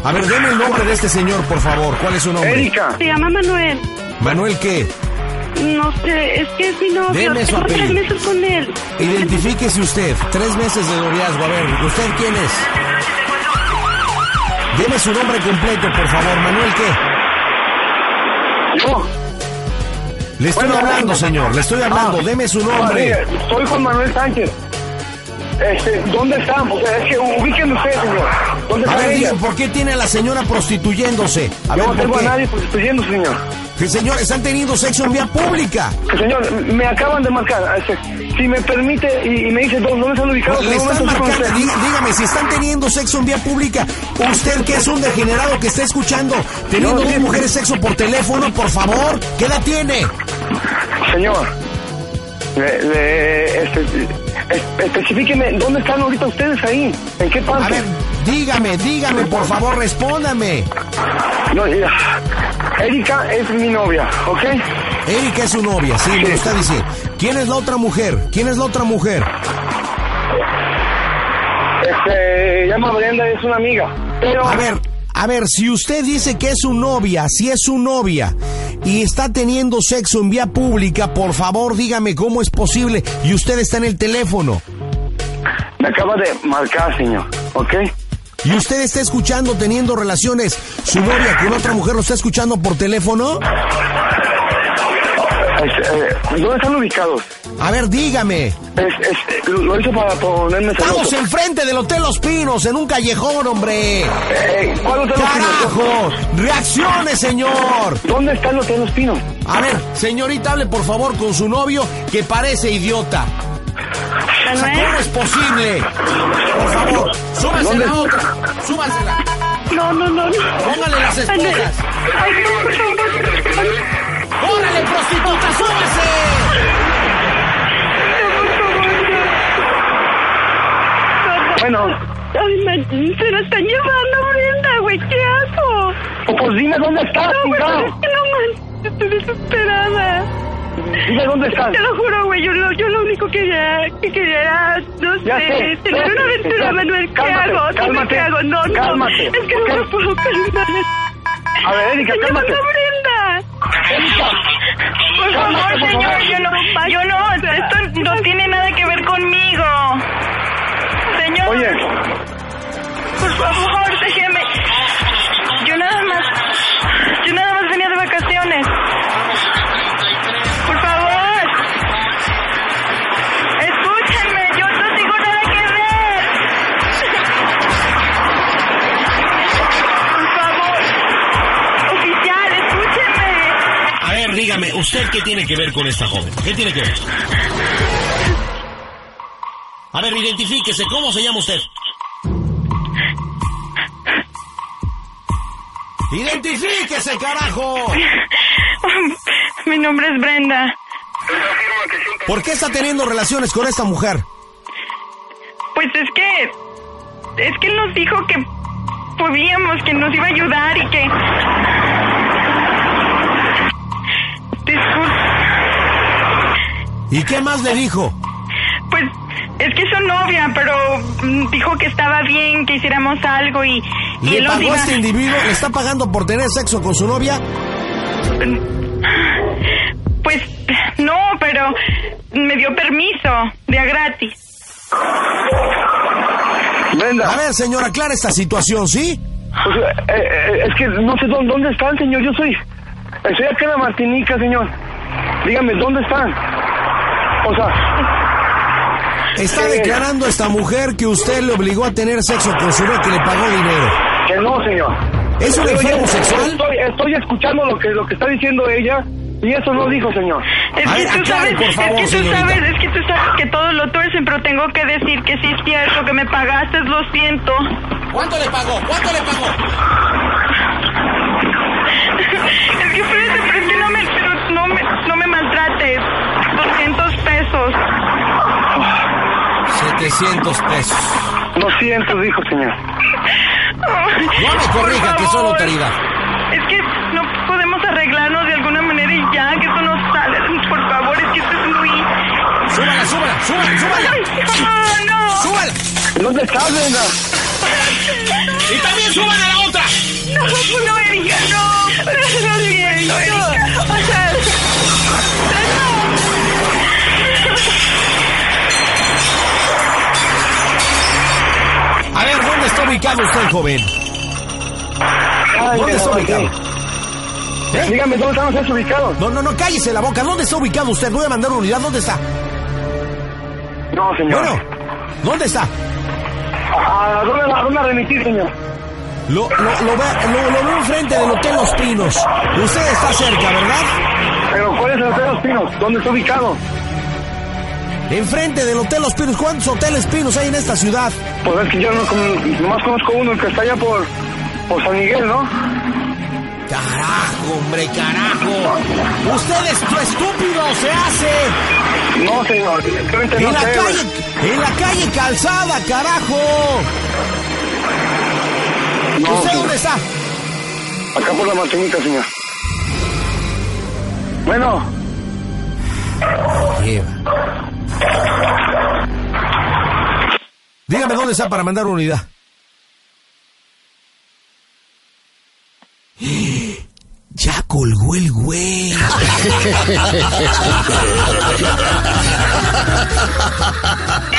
A ver, deme el nombre de este señor, por favor. ¿Cuál es su nombre?
Erika,
se llama Manuel.
Manuel, ¿qué?
No sé, es que es mi novio.
Deme su
Tengo tres
apellido.
meses con él.
Identifíquese usted. Tres meses de noviazgo. A ver, ¿usted quién es? Deme su nombre completo, por favor. Manuel, ¿qué?
yo,
Le estoy
Bueno,
hablando,
bueno. Ah.
señor. Le estoy hablando. Deme su nombre.
Mire, soy Juan Manuel Sánchez. Este, ¿dónde están? Porque es que ubiquen ustedes, señor. ¿Dónde
A
están
ver,
ellas?
diga, ¿por qué tiene a la señora prostituyéndose? A ver,
Yo no tengo
¿por
a
qué?
nadie prostituyendo, señor.
Que, Señor, están teniendo sexo en vía pública.
Señor, me acaban de marcar. Este, si me permite y, y me dice, ¿dó- ¿dónde están ubicados?
Le
¿Dónde
están
están con
marcando,
ustedes?
dí- dígame, si están teniendo sexo en vía pública, usted que es un degenerado que está escuchando, teniendo
No,
dos
sí.
mujeres sexo por teléfono, por favor, ¿qué edad tiene?
Señor, le, le- este, es- especifíqueme, ¿dónde están ahorita ustedes ahí? ¿En qué
A
parte?
ver, dígame, dígame, por favor, respóndame.
No, mira, Erika es mi novia, ¿ok? Este,
Erika es su novia, sí, me lo está diciendo. ¿Quién es la otra mujer? ¿Quién es la otra mujer?
Este, llama Brenda, es una amiga. Pero,
A ver, a ver, si usted dice que es su novia, si es su novia y está teniendo sexo en vía pública, por favor, dígame cómo es posible y usted está en el teléfono.
me acaba de marcar, señor, ¿ok?
y usted está escuchando teniendo relaciones su novia con otra mujer lo está escuchando por teléfono
Este, eh, ¿Dónde están ubicados?
a ver dígame
Es, es- lo hice para ponerme
estamos
celoso.
enfrente del hotel Los Pinos en un callejón hombre
Eh, ¿Cuál hotel Los Pinos?
carajo reacciones señor
¿Dónde está el hotel Los Pinos?
a ver señorita hable por favor con su novio que parece idiota O sea,
Manuel,
¿Cómo es posible? Por favor, súbase la otra, súbasela,
no, no, no. no.
póngale las
Manuel,
esposas,
ay, no, por favor, por favor,
órale prostituta, súbase.
Bueno,
Ay, man, se la están llevando, Brenda, güey, ¿qué hago?
pues dime dónde estás,
No, güey, pues
chingado.
es que no, man, estoy desesperada.
Dime dónde estás.
Te lo juro, güey, yo lo, yo lo único que quería, que quería era, no
Ya
sé,
sé,
tener
ya
una
sé,
aventura,
ya-
Manuel, ¿qué
cálmate,
hago? Dime
cálmate,
qué hago, no, no,
cálmate,
es que no
¿ok?
lo puedo calmar.
A ver, Erika,
¡Estoy
cálmate.
llevando a Brenda!
Erika,
Por favor,
Cálmate, por
señor,
favor.
yo no, yo no, esto no tiene nada que ver conmigo. Señor,
Oye,
por favor, déjeme. Yo nada más, yo nada más venía de vacaciones. Por favor. Escúchenme, yo no tengo nada que ver. Por favor. Oficial, escúchenme.
A ver, dígame, ¿usted qué tiene que ver con esta joven? ¿Qué tiene que ver? A ver, identifíquese, ¿cómo se llama usted? ¡Identifíquese, carajo!
Mi nombre es Brenda.
¿Por qué está teniendo relaciones con esta mujer?
Pues es que. Es que él nos dijo que podíamos, que nos iba a ayudar y que. Discul-
¿Y qué más le dijo?
Pues es que es su novia, pero mm, dijo que estaba bien, que hiciéramos algo y. y él
¿Le
nos
pagó
iba-
a este individuo? ¿Le está pagando por tener sexo con su novia?
Pues no, pero me dio permiso, de a gratis.
A
Brenda,
ver, señora, aclara esta situación, ¿sí?
pues, eh, eh, es que no sé dónde, dónde están, señor. Yo soy. Estoy acá en la Martinica, señor. Dígame, ¿dónde están? O sea,
Está
Sí.
declarando esta mujer que usted le obligó a tener sexo con su novia que le pagó dinero.
que no, señor.
¿Es un
Pero yo
enfermo sexual?
Estoy, estoy escuchando lo que, lo que está diciendo ella y eso no dijo, señor.
Es
A
que
ver,
tú
aclare,
sabes,
por favor,
es que tú
señorita.
sabes, es que tú sabes que todo lo tuercen, pero tengo que decir que sí es cierto, que me pagaste, lo siento.
¿Cuánto le pagó? ¿Cuánto le pagó?
Es que espérate, pero es que no me, pero no me, no me maltrates. 200 pesos.
700 pesos.
200, dijo señor.
No me
pues
corrija, que son autoridad.
Es que no podemos arreglarnos de alguna manera y ya, que eso no sale. Por favor, es que esto es muy...
Súbala, súbala, súbala,
¡Ay,
súbala.
no, no!
¡Súbala!
¿Dónde estás, venga?
¡Y también suban a la otra!
No, no, Erika, no. Lo siento, Erika. O sea,
A ver, ¿dónde está ubicado usted, joven?
Ay,
¿Dónde
que
está
no,
ubicado? ¿Eh?
sí. Dígame, ¿dónde estamos desubicados?
No, no, no, cállese la boca. ¿Dónde está ubicado usted? Voy a mandar una unidad. ¿Dónde está?
No, señor.
Bueno, ¿dónde está?
¿A a dónde la dónde la remitir, señor?
Lo, lo, lo, ve- lo- lo veo enfrente del Hotel Los Pinos. Usted está cerca, ¿verdad?
¿Pero cuál es el Hotel Los Pinos? ¿Dónde está ubicado?
Enfrente del Hotel Los Pinos. ¿Cuántos Hoteles Pinos hay en esta ciudad?
Pues es que yo no, con- nomás conozco uno, el que está allá por, por San Miguel, ¿no?
Carajo, hombre, carajo. Usted es estúpido, se hace.
No, señor. Realmente
En
no
la
sé.
calle, en la calle calzada, carajo.
No,
¿Usted
señor.
dónde está?
Acá por la Martinica, señor. Bueno,
Dígame dónde está para mandar unidad. Ya colgó el güey.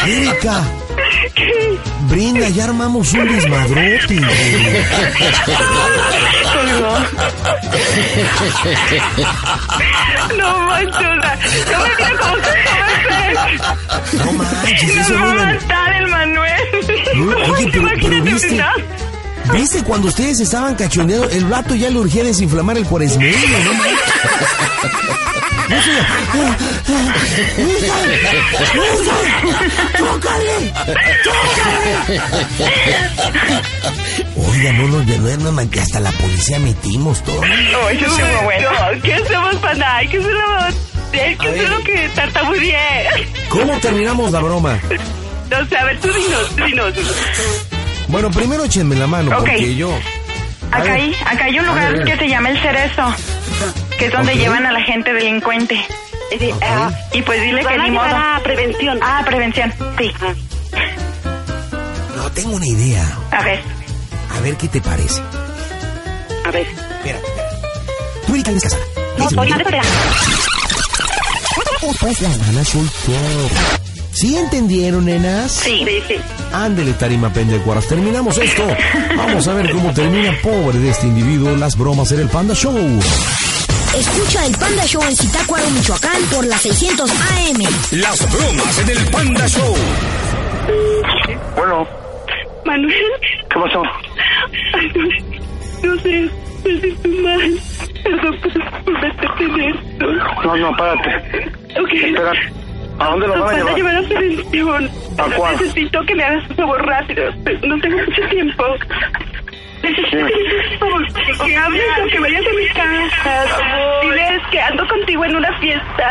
Erika. Brinda, ya armamos un desmadrote. güey.
no manches, o sea, no me digas cómo se
No manches,
Nos
eso
va
no
a
iba-
matar el Manuel.
No, Oye, pero, pero
Imagínate,
viste,
¿verdad?
viste cuando ustedes estaban cachoneando, el rato ya le urgía desinflamar el cuaresmeño, ¿no? manches? No, señor. Ah, ah, ¡Wilson! ¡Wilson! ¡Tócale! ¡Tócale! Oiga, no nos no, man, que hasta la policía metimos todo.
No, eso es muy bueno. ¿Qué hacemos, panda? Hay que hacer lo, hay que, hacer lo que tartamudeé.
¿Cómo terminamos la broma?
No sé, a ver, tú dinos, tú dinos.
Bueno, primero échenme la mano,
Ok.
porque yo... A ver.
Acá hay, acá hay un
A ver, a
lugar
ver.
que se llama El Cerezo, que es donde
Ok.
llevan a la gente delincuente.
Ah,
Y pues dile que
Van a
ni modo.
llevar a prevención. Ah.
Ah, prevención, sí.
No, tengo una idea.
A ver,
A ver qué te parece.
A ver.
Espérate, espérate. Tú ahorita eres casada. Eso.
Oye, espera.
Pues las ganas soy yo. ¿Sí entendieron, nenas?
sí.
Sí, sí.
Ándele, tarima pendecuaras. Terminamos esto. Vamos a ver cómo termina pobre de este individuo las bromas en el Panda Show.
Escucha el Panda Show en Zitácuaro, Michoacán por las 600 AM.
Las bromas en el Panda Show.
bueno,
Manuel,
¿qué pasó?
ay, no, no sé, me siento mal. Perdón por, por meterte en esto.
No, no, párate.
Ok.
Espera. ¿A dónde lo
Nos
van a llevar?
a prevención.
¿A cuál?
Necesito que me hagas un favor rápido. No tengo mucho tiempo. Necesito que- que hables o que vayas a mi casa. Diles que ando contigo en una fiesta.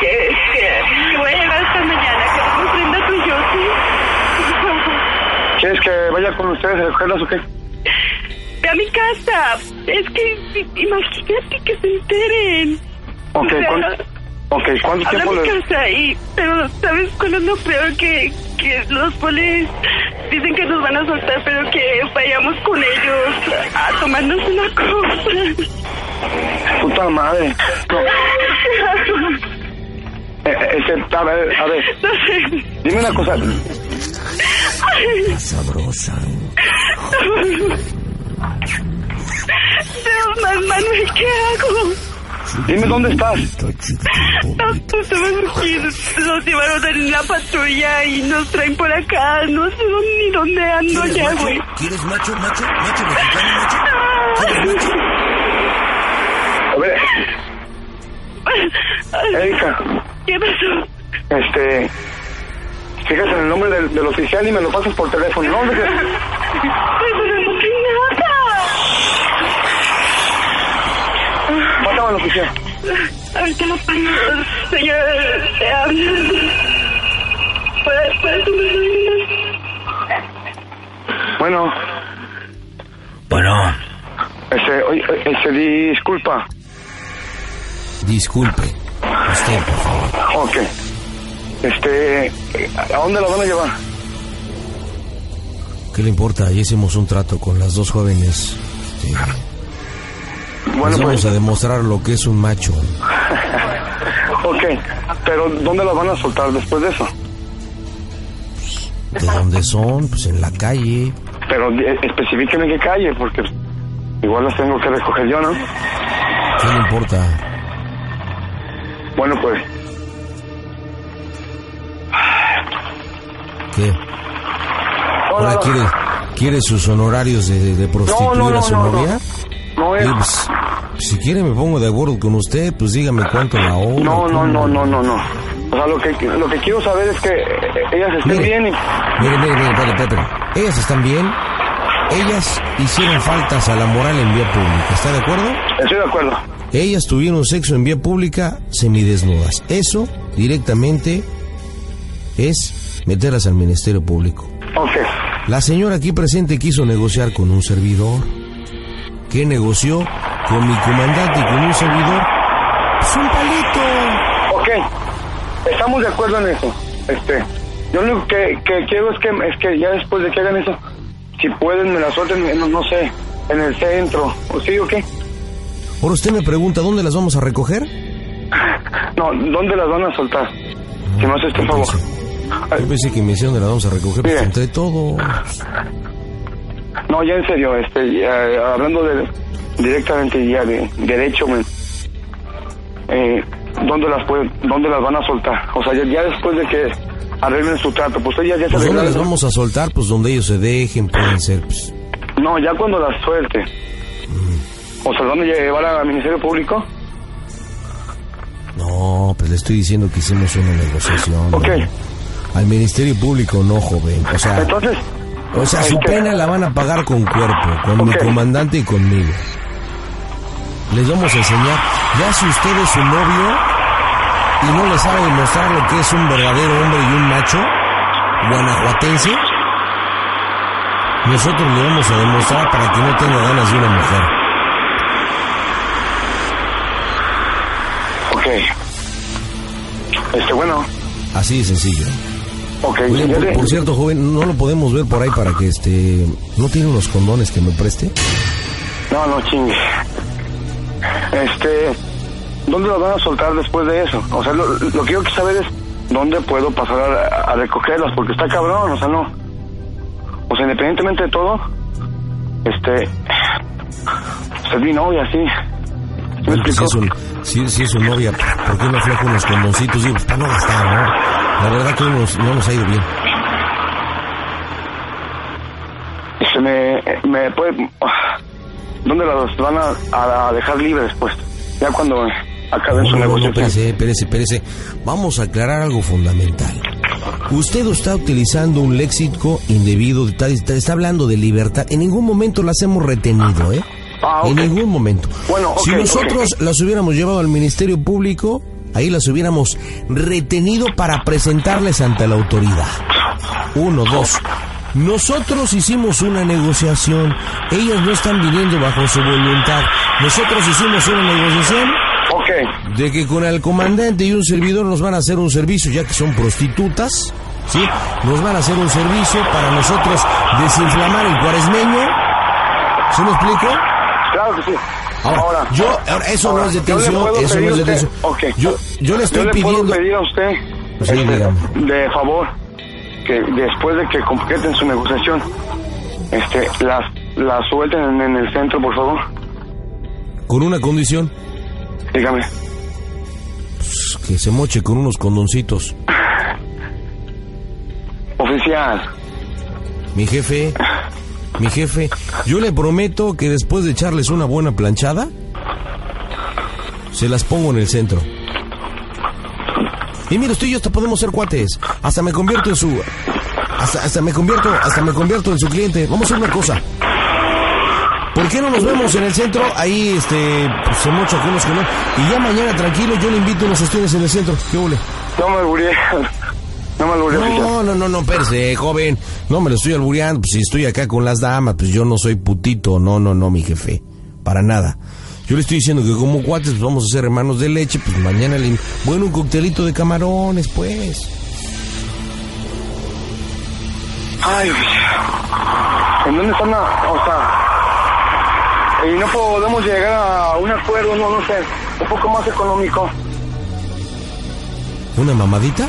Que, que, que voy a llegar hasta mañana. Que no prenda tu yo, ¿sí? Por favor.
¿Quieres que vaya con ustedes a recogerlas o qué?
Ve a mi casa. Es que i- imagínate que se enteren.
Ok,
O sea,
¿cuán- ok, ¿cuánto
Habla
tiempo
mi
le...?
casa y, pero ¿sabes cuál es lo peor? Que, que los polis dicen que nos van a soltar, pero que vayamos con ellos a tomarnos una copa.
Puta madre. No. Eh, eh, este, a ver, a ver,
No sé.
dime una cosa.
Sabrosa.
Pero, Man- Manuel, ¿qué hago?
Dime dónde estás.
No, no sabes que nos llevaron en la patrulla y nos traen por acá. No sé dónde- ni dónde ando ya, güey.
¿Quieres macho, macho, macho mexicano, macho? ¿Quieres macho?
A ver, Erika,
¿Qué pasó?
este... Fíjate en el nombre del, del oficial y me lo pasas por teléfono. No, hombre, que-
Pues
Ay, pero no tiene nada.
Mátame lo que sea.
Ahorita lo pongo, señor. Te hablo. ¿Puedes, puedes subirme?
Bueno,
Bueno,
este, oye, este, disculpa.
disculpe. Usted, por favor.
Ok. Este, ¿a dónde la van a llevar?
¿Qué le importa? Ya hicimos un trato con las dos jóvenes. Sí.
Bueno,
Les vamos a
pues,
demostrar lo que es un macho.
ok. Pero, ¿dónde la van a soltar después de eso?
¿De dónde son? Pues en la calle.
Pero eh, especifiquen en qué calle, porque igual las tengo que recoger yo, ¿no?
¿Qué le importa?
Bueno, pues,
¿Qué? Ahora quiere, quiere sus honorarios de, de prostituir
No, no, no,
a su
no, no.
novia.
no es...
Oye, pues, si quiere me pongo de acuerdo con usted, pues dígame cuánto la hora.
No, no,
cómo.
no, no, no, no. O sea, lo que, lo que quiero saber es que eh, ellas estén
Mire.
bien y...
Mire, mire, mire, espérate, espérate. Ellas están bien. Ellas hicieron faltas a la moral en vía pública. ¿Está de acuerdo?
Estoy de acuerdo.
Ellas tuvieron sexo en vía pública semidesnudas. Eso directamente es meterlas al Ministerio Público.
Ok.
La señora aquí presente quiso negociar con un servidor. ¿Qué negoció? Con mi comandante y con un servidor. ¡Es un palito!
Ok. Estamos de acuerdo en eso. Este, yo lo único que, que quiero es que, es que ya después de que hagan eso, si pueden, me la suelten, en- no sé, en el centro. ¿O sí o qué?
Ahora usted me pregunta, ¿dónde las vamos a recoger?
No, ¿dónde las van a soltar? Si me haces tu favor.
Yo pensé que me hicieron de las vamos a recoger pues,
Mire.
entre todo.
Ah, No, ya en serio, este, ya, hablando de, directamente ya de derecho, men. Eh, ¿dónde, las pueden, ¿dónde las van a soltar? O sea, ya, ya después de que arreglen su trato, pues ellas ya
Pues,
se
¿Dónde
arreglaron.
las vamos a soltar? Pues donde ellos se dejen, pueden ser. pues,
No, ya cuando las suelte. O sea, ¿dónde llevar al Ministerio Público?
No, pues le estoy diciendo que hicimos una negociación.
Ok.
¿no? Al Ministerio Público no, joven. O sea,
Entonces,
o sea su
este-
pena la van a pagar con cuerpo, con mi
Ok.
comandante y conmigo. Les vamos a enseñar. Ya si usted es su novio y no le sabe demostrar lo que es un verdadero hombre y un macho guanajuatense, nosotros le vamos a demostrar para que no tenga ganas de una mujer.
ok. Este, bueno,
Así de sencillo.
ok.
Oye,
ya
por,
le-
por cierto, joven, no lo podemos ver por ahí para que este. ¿No tiene unos condones que me preste?
No, no, chingue. Este, ¿dónde las van a soltar después de eso? O sea, lo, lo que yo quiero saber es dónde puedo pasar a, a recogerlas, porque está cabrón, o sea, no. O sea, independientemente de todo, este, o sea, es mi novia, sí. ¿Sí ¿Me
Si
explico?
pues es, un, si, si es su novia, ¿por qué no afloja unos condoncitos? Digo, pues, para no gastar, ¿no? La verdad que nos- no nos ha ido bien.
Este, me, me puede, ¿dónde las van a, a dejar libres, pues? Ya cuando acaben su
No, no, no,
negocio.
espérese, espérese, espérese. Vamos a aclarar algo fundamental. Usted está utilizando un léxico indebido, está, está- está hablando de libertad. En ningún momento las hemos retenido, ¿eh?
Ah, ok.
En ningún momento.
Bueno, ok,
si nosotros las hubiéramos llevado al Ministerio Público, ahí las hubiéramos retenido para presentarles ante la autoridad. Uno, dos. Nosotros hicimos una negociación. Ellas no están viniendo bajo su voluntad. Nosotros hicimos una negociación
Ok,
de que con el comandante y un servidor nos van a hacer un servicio, ya que son prostitutas, ¿sí? Nos van a hacer un servicio para nosotros desinflamar el cuaresmeño. ¿Se me explico?
claro que sí.
Ahora, yo, ahora, eso no es
yo le
detención,
puedo
eso no
pedir
es
a usted-
detención.
ok.
Yo, yo le estoy
puedo
pidiendo...
pedir a usted,
Sí,
este,
dígame.
de favor, que después de que completen su negociación, este, las, las suelten en, en el centro, por favor.
Con una condición,
Dígame.
pues, que se moche con unos condoncitos.
Oficial.
Mi jefe, mi jefe, yo le prometo que después de echarles una buena planchada, se las pongo en el centro. Y mira, usted y yo hasta podemos ser cuates. Hasta me convierto en su Hasta, hasta me convierto, hasta me convierto en su cliente. Vamos a hacer una cosa. ¿Por qué no nos vemos en el centro? Ahí, este, pues son muchos algunos que no. Y ya mañana, tranquilo, yo le invito unos sostienes en el centro. ¿Qué huele?
No me albureé. No me albureé.
No, no, no, no, espérese, joven. No me lo estoy albureando. Pues si estoy acá con las damas, pues yo no soy putito. No, no, no, mi jefe. Para nada. Yo le estoy diciendo que como cuates pues vamos a ser hermanos de leche, pues mañana le... Bueno, un coctelito de camarones, pues.
Ay, güey. ¿en dónde están? la- O sea, y no podemos llegar a un acuerdo, no, no sé, un poco más económico.
¿Una mamadita?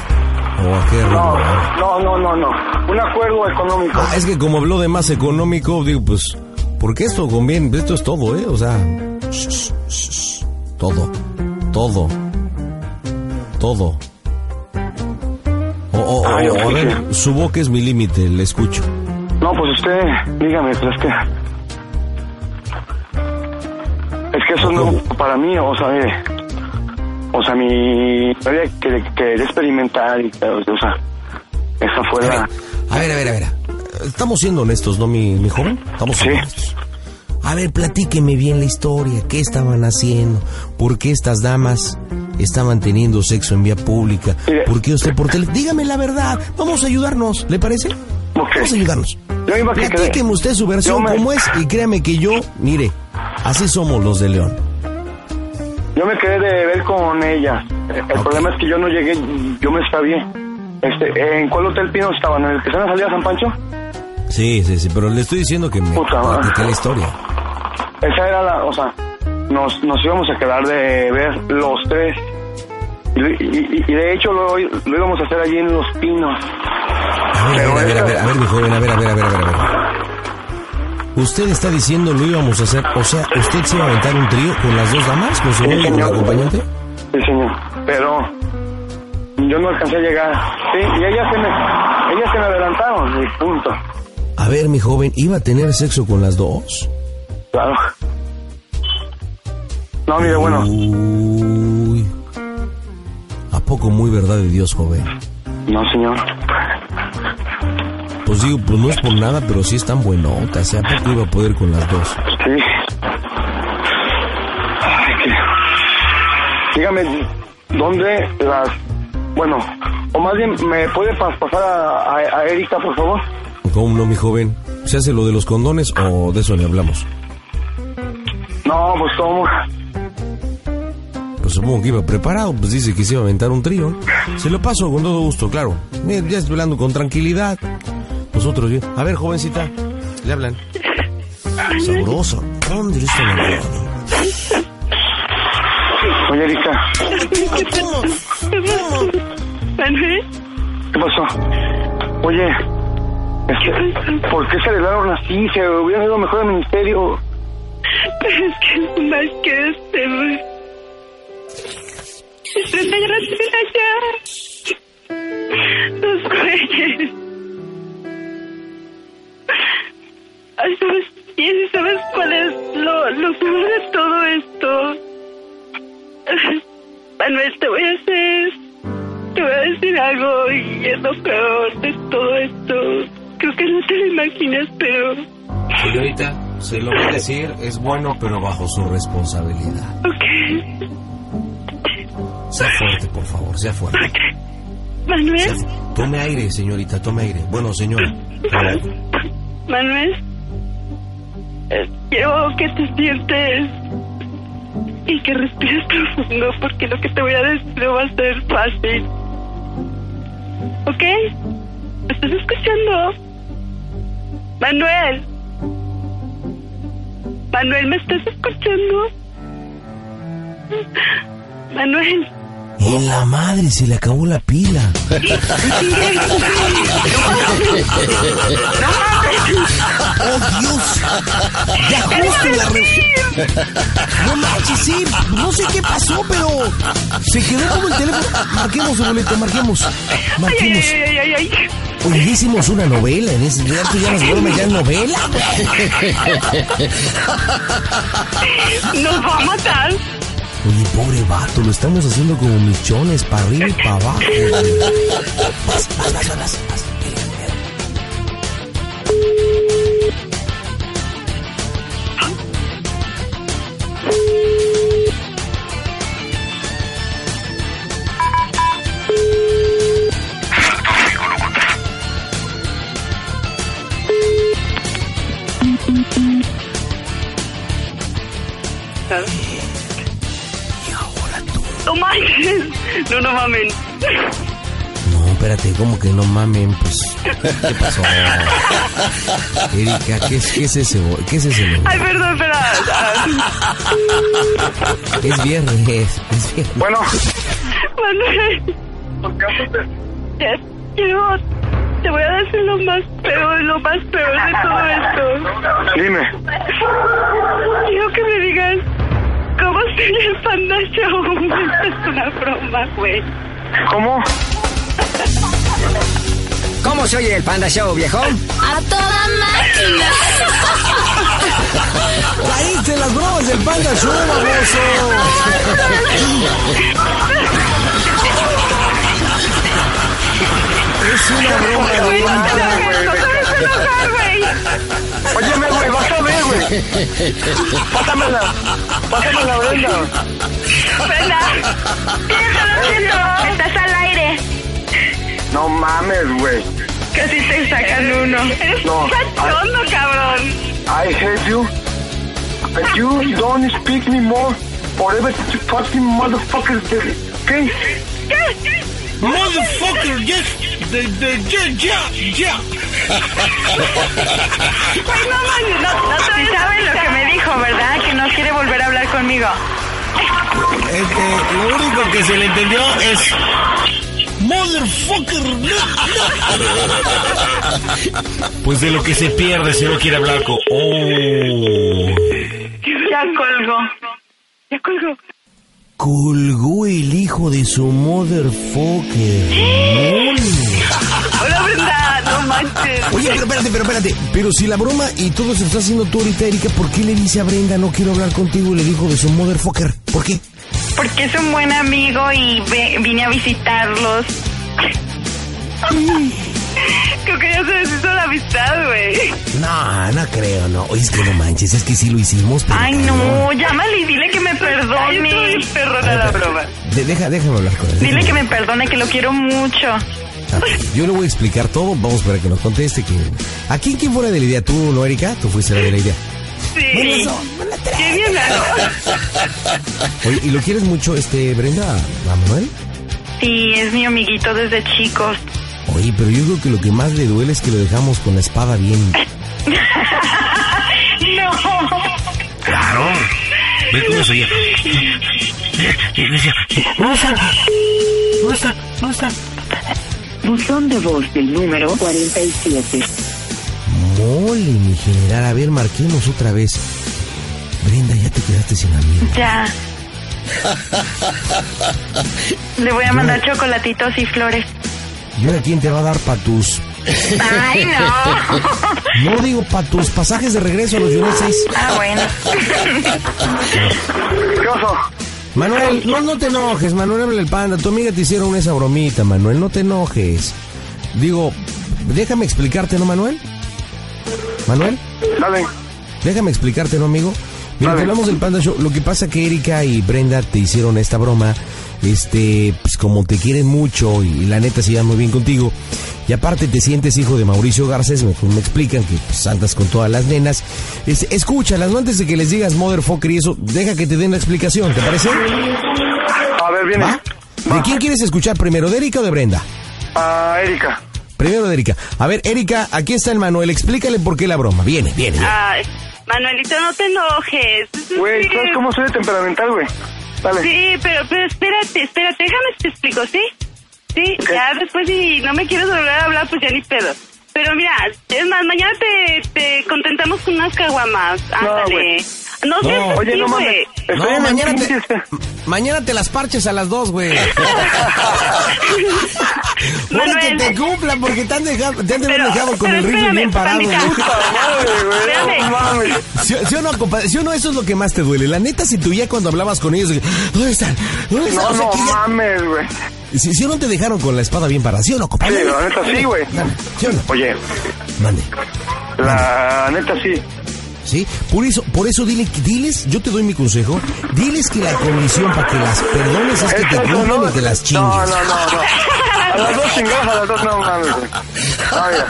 ¿O a qué rumbo?
No, no, no, no, un acuerdo económico.
Ah, es que como habló de más económico, digo, pues, porque esto conviene, esto es todo, ¿eh? O sea, sh- sh- sh- todo, todo, todo. O, o- o-
Ay,
o- a
oye.
ver, su boca es mi límite, le escucho.
No, pues usted, dígame, pues es que... Es que eso no, para mí, o sea, mire, o sea, mi... Quería, que- quería experimentar y, o sea, esa fue la...
A ver, a ver, a ver. Estamos siendo honestos, ¿no, mi, mi joven? Estamos siendo honestos. A ver, platíqueme bien la historia. ¿Qué estaban haciendo? ¿Por qué estas damas estaban teniendo sexo en vía pública? ¿Por qué usted por teléfono? Dígame la verdad. Vamos a ayudarnos, ¿le parece? Vamos a ayudarnos.
Yo iba a que
Platíqueme
quedé-
usted su versión
Yo me-
cómo es y créame que yo, mire, así somos los de León.
Yo me quedé de ver con ella. El problema es que yo no llegué, yo me extravié. Este, ¿En cuál hotel Pino estaban? ¿En el que se me salía San Pancho?
Sí, sí, sí, pero le estoy diciendo que me
Puta madre.
platique la historia.
Esa era la, o sea, nos, nos íbamos a quedar de ver los tres. Y, y- y de hecho lo, lo íbamos a hacer allí en Los Pinos.
A ver, a ver, a ver, a ver, a ver, mi joven, a ver, a ver, a ver, a ver, a ver. Usted está diciendo lo íbamos a hacer, o sea, usted se iba a aventar un trío con las dos damas, con su novio y con el acompañante.
Sí, señor. Pero yo no alcancé a llegar. Sí, y ellas se me, ellas se me adelantaron y punto.
A ver, mi joven, ¿iba a tener sexo con las dos?
Claro. No, mire, bueno.
Uy. ¿A poco muy verdad de Dios, joven?
No, señor.
Pues digo, pues no es por nada, pero sí es tan buenota, o sea, ¿a poco iba a poder con las dos?
Sí. Ay, qué- Dígame, ¿dónde las... Bueno, o más bien, ¿me puede pas- pasar a, a, a Erika, por favor?
¿Cómo no, mi joven? ¿Se hace lo de los condones o de eso le hablamos?
No, pues cómo.
Pues supongo que iba preparado, pues dice que se iba a aventar un trío. Se lo paso con todo gusto, claro. Mira, Ya estoy hablando con tranquilidad. Nosotros bien. A ver, jovencita, le hablan. Sabroso. ¿Dónde lo están hablando?
Oye, Erika, ¿qué pasó? Oye, este, ¿por qué se arreglaron así? Se hubiera ido mejor al ministerio.
Pero es que es más que este. Estoy ya la tienen allá. Los güeyes. Ay, ¿sabes quién? y ¿Sabes cuál es lo, lo peor de todo esto? Manuel, te voy a hacer. Te voy a decir algo y es lo peor de todo esto. Creo que no te lo imaginas, pero.
Señorita, se lo voy a decir, es bueno, pero bajo su responsabilidad.
Ok.
Sea fuerte, por favor, sea fuerte.
Manuel,
Tome aire, señorita, tome aire. Bueno, señora. ahora,
Manuel, eh, quiero que te sientes y que respires profundo porque lo que te voy a decir no va a ser fácil. ¿Ok? ¿Me estás escuchando? Manuel. Manuel, ¿me estás escuchando? Manuel.
En la madre, se le acabó la pila.
¡Oh, Dios! Ya justo la re...
No manches, sí, no sé qué pasó, pero se quedó como el teléfono. Marquemos su boleto, marquemos. Marquemos.
ay, ay, ay, ay.
Oye, ya hicimos una novela. En ese, ya, tú ya nos duermes, ya es novela.
Nos va a matar.
Oye, pobre vato, lo estamos haciendo como michones, para arriba y para abajo. güey. Vas, vas, vas, vas, vas.
pasado. No mames. No, no mamen.
No, espérate, como que no mamen, pues. ¿Qué pasó? Erika, ¿qué es, qué es ese? bo- ¿Qué es ese? bo-
Ay, perdón, pero... ah,
Es viernes, es viernes.
Bueno.
Manuel. Ya, Quiero... Te voy a decir lo más peor, lo más peor de todo esto.
Dime.
Quiero que me digas cómo sería el Panda Show. Esta es una broma, güey.
¿Cómo?
¿Cómo se oye el Panda Show, viejón?
A toda máquina.
Caíste en las bromas del Panda Show,
Es una broma de un
Óyeme, güey, vas a ver, güey. Pásamela. Pásamela, Brenda.
Brenda, piénsalo, piénsalo. Estás al aire.
No mames, güey.
Casi te sacan uno. Eres
No.
cachondo, cabrón.
I hate you. And you don't speak me more forever you fucking motherfucker. ¿Qué?
Motherfucker, yes, the, the, yeah, yeah, yeah.
Ay, no, man, no, no te ¿Sabes lo que me dijo, verdad? Que no quiere volver a hablar conmigo.
Este, lo único que se le entendió es. Motherfucker,
Pues de lo que se pierde si no quiere hablar con... Oh.
Ya colgó. Ya colgó.
Colgó el hijo de su motherfucker.
Hola, Brenda. No manches.
Oye, pero espérate, pero espérate. Pero si la broma y todo se está haciendo tú ahorita, Erika, ¿por qué le dice a Brenda no quiero hablar contigo y le dijo de su motherfucker? ¿Por qué?
Porque es un buen amigo y ve- vine a visitarlos.
Creo que ya se deshizo la amistad, güey.
No, no creo, no. Oye, es que no manches, es que sí lo hicimos, pero...
Ay, no, llámale y dile que me perdone.
Perdona la broma.
De- deja, déjame hablar con él.
Dile que me perdone, que lo quiero mucho.
Ah, Yo le voy a explicar todo, vamos para que nos conteste. Que... ¿A quién, quién fuera de la idea? ¿Tú, no, Erika? Tú fuiste la de la idea.
Sí. Qué bien, ¿no?
Oye, ¿y lo quieres mucho, este, Brenda, a Manuel?
Sí, es mi amiguito desde chicos.
Oye, pero yo creo que lo que más le duele es que lo dejamos con la espada bien.
No.
Claro. Ve cómo se oye. Y decía, "No está, no está, no está".
Buzón de voz del número 47.
Mole, mi general. A ver, marquemos otra vez. Brenda, ya te quedaste sin amigo.
Ya. Le voy a mandar chocolatitos y flores.
¿Y ahora quién te va a dar pa' tus...
Ay, no.
No digo pa' tus pasajes de regreso a los United States.
Ah, bueno.
Manuel, no, no te enojes, Manuel, háblale el panda. Tu amiga te hicieron esa bromita, Manuel, no te enojes. Digo, déjame explicarte, ¿no, Manuel? ¿Manuel?
Dale.
Déjame explicarte, ¿no, amigo? Mira, te hablamos del Panda Show. Lo que pasa que Erika y Brenda te hicieron esta broma. Este, pues como te quieren mucho y, y la neta se llevan muy bien contigo. Y aparte te sientes hijo de Mauricio Garcés, me, me explican que pues, andas con todas las nenas. Este, escúchalas, no antes de que les digas motherfucker y eso, deja que te den la explicación, ¿te parece?
A ver, viene.
¿De quién quieres escuchar primero, de Erika o de Brenda?
A Ah, Erika.
Primero de Erika. A ver, Erika, aquí está el Manuel, explícale por qué la broma. Viene, viene. viene.
Ay, Manuelito, no te enojes.
Güey, ¿sabes cómo soy de temperamental, güey? Dale.
Sí, pero, pero espérate, espérate, déjame te explico, ¿sí? Sí, ya después si no me quieres volver a hablar, pues ya ni pedo. Pero mira, es más, mañana te, te contentamos con unas caguamas. Ándale. No, sé,
Oye, no mames. No,
en el
mañana te, mañana te las parches a las dos, güey. bueno, que te cumplan porque te han dejado, te han de haber dejado con el ritmo bien parado. ¿Sí, sí o no, compadre? ¿Sí o no? Eso es lo que más te duele. La neta, si tú ya cuando hablabas con ellos, ¿dónde están? ¿Dónde están?
No,
O sea,
no
que ya-
mames, güey.
¿Sí, sí o no te dejaron con la espada bien parada? ¿Sí o no,
Sí,
compadre?
la neta sí, güey. Oye.
Mande.
La neta sí.
¿Sí? Por eso, por eso dile, diles, yo te doy mi consejo, diles que la condición para que las perdones es que te
Eso
cumplan
no.
y te las chingues.
No, no, no, no. A las dos chingadas, a las dos no mames, güey. No, mira.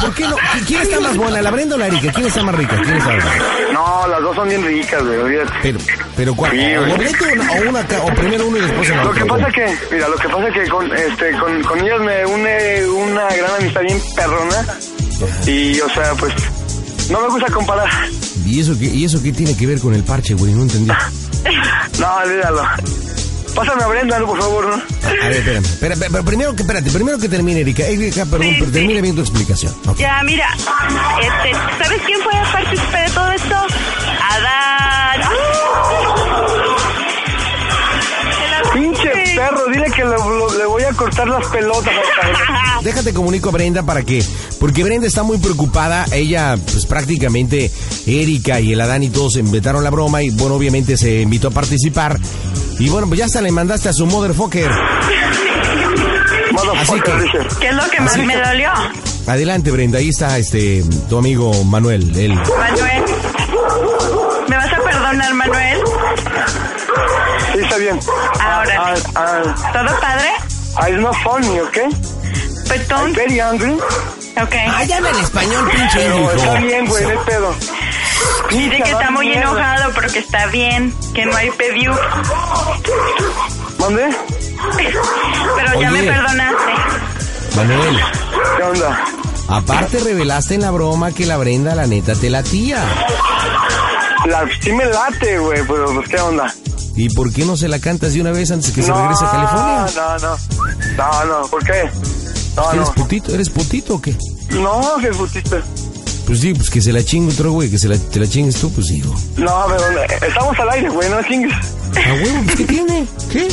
¿Por qué no? ¿Quién está más buena, la Brenda o la Erika? ¿Quién está más rica? ¿Quién está más rica?
No, las dos son bien ricas, güey, olvídate.
Pero, pero ¿cuál?
Sí,
¿O
güey.
boleto o una- o, una, ca- o primero uno y después el
Lo
otro?
que pasa que, mira, lo que pasa que con, este, con, con ellas me une una gran amistad bien perrona. Y, o sea, pues, no me gusta comparar.
¿Y eso, qué, ¿Y eso qué tiene que ver con el parche, güey? No entendí.
No, olvídalo. Pásame a Brenda, ¿no? por favor, ¿no?
A ver, espérame. Espera, espera, pero primero que, espérate, primero que termine, Erika. Erika, perdón,
Sí,
pero
sí.
termina bien tu explicación. Ok.
Ya, mira, este, ¿sabes quién fue a participar de todo esto? Adán.
Pinche perro, dile que le, lo- le voy a cortar las pelotas. al cabrón.
Déjate comunico a Brenda para que, porque Brenda está muy preocupada, ella pues prácticamente Erika y el Adán y todos inventaron la broma y bueno, obviamente se invitó a participar y bueno, pues ya hasta le mandaste a su motherfucker. Así que,
¿Qué es lo que más
Así
me
que-
dolió?
adelante Brenda, ahí está este tu amigo Manuel, él.
Manuel. ¿Me vas a perdonar, Manuel?
Sí, está bien. Ah,
Ahora. ¿Todo padre?
I'm not funny, ¿ok?
Pues tú.
I'm very angry.
Ok.
Ay, habla en español,
Pero está bien, güey, no hay pedo.
Dice que está muy
Mierda.
enojado porque está bien, que no hay pediu.
¿Dónde?
Pero ya me
Oye.
perdonaste.
Manuel,
¿Qué onda?
aparte revelaste en la broma que la Brenda la neta te la tía.
La, sí me late, güey, pero pues, ¿qué onda?
¿Y por qué no se la cantas de una vez antes que se regrese a California?
No, no, no, no, ¿por qué? No,
¿Eres
no,
putito? ¿Eres putito o qué?
no, qué putito.
Pues sí, pues que se la chingue otro güey, que se la, te la chingues tú, pues hijo.
No, pero eh, estamos al aire, güey, no chingues.
Ah, huevo, pues ¿qué tiene? ¿Qué?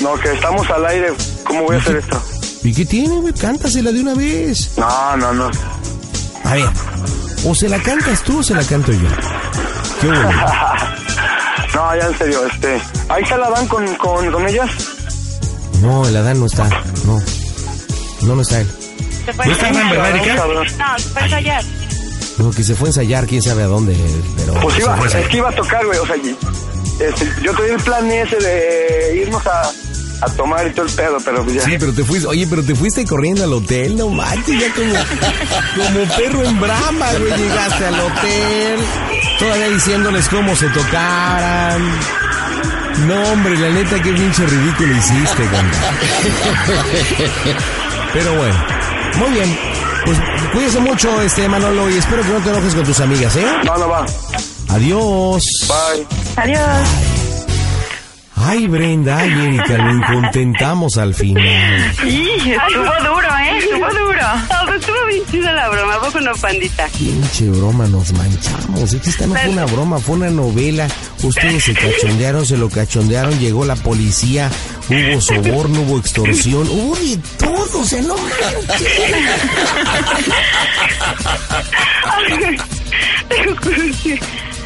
No, que estamos al aire, ¿cómo voy a hacer esto?
¿Y qué tiene, güey? Cántasela de una vez.
No, no, no.
A ver, o se la cantas tú o se la canto yo. Qué bueno.
No, ya en serio, este. Ahí está la van con, con, con ellas.
No, el Adán no está, no. No, no está él.
¿Te
¿No está Hernán, verdad, Erika?
No, pues ayer.
No, que se fue a ensayar, quién sabe a dónde, pero...
Pues
se
iba,
fue a
es
ensayar.
que iba a tocar, güey, o sea, y- este, yo tenía el plan ese de irnos a, a tomar y todo el pedo, pero pues ya.
Sí, pero te fuiste, oye, pero te fuiste corriendo al hotel, no manches, ya como, como perro en brama, güey, llegaste al hotel, todavía diciéndoles cómo se tocaran. No, hombre, la neta, qué pinche ridículo hiciste, compa. Pero bueno, muy bien, pues cuídese mucho, este, Manolo, y espero que no te enojes con tus amigas, ¿eh?
No, no va.
Adiós.
Bye.
Adiós.
Ay, Brenda, ay, Erika, lo incontentamos al final.
Y estuvo duro, ¿eh? Estuvo duro.
No, pero estuvo bien chida la broma, ¿a poco no, pandita?
Pinche broma, nos manchamos. Es que esta no fue una broma, fue una novela. Ustedes se cachondearon, se lo cachondearon, llegó la policía, hubo soborno, hubo extorsión, hubo de todo, o sea, no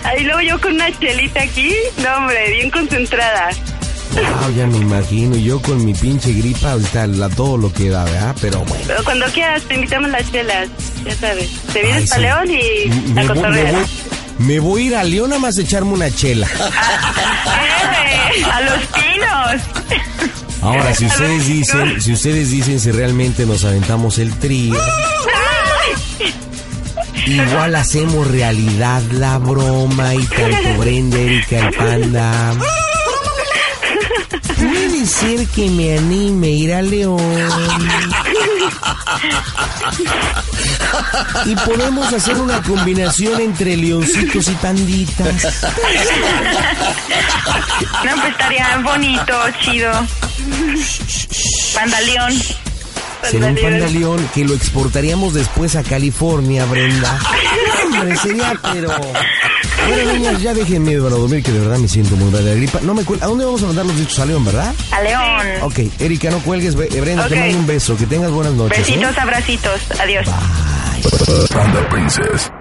Ahí luego yo con una chelita aquí, no hombre, bien concentrada.
Wow, Ah, ya me imagino, yo con mi pinche gripa, ahorita la, todo lo que da, ¿verdad? Pero bueno.
Pero cuando quieras, te invitamos las chelas, ya sabes. Te
Ay,
vienes
sí.
para León y
Me
la
voy, me,
cotorrea.
voy, me voy a ir a León a más a echarme una chela.
Eh, A los pinos.
Ahora, si ustedes dicen, si ustedes dicen si realmente nos aventamos el trío, igual hacemos realidad la broma y tanto Brenda, Erika, el panda. Puede ser que me anime a ir a León. Y podemos hacer una combinación entre leoncitos y panditas.
No, pues estaría bonito, chido. Pandaleón.
Sería un pandaleón que lo exportaríamos después a California, Brenda. Hombre, sería, pero... Bueno, niños, ya déjenme para dormir, que de verdad me siento muy mal de la gripa. No me cuel- ¿A dónde vamos a mandar los dichos a León, verdad?
A León.
Ok, Erika, no cuelgues. Bre- eh, Brenda,
Ok.
te mando un beso. Que tengas buenas noches. ¿eh?
Besitos, abracitos. Adiós.
Panda Princess.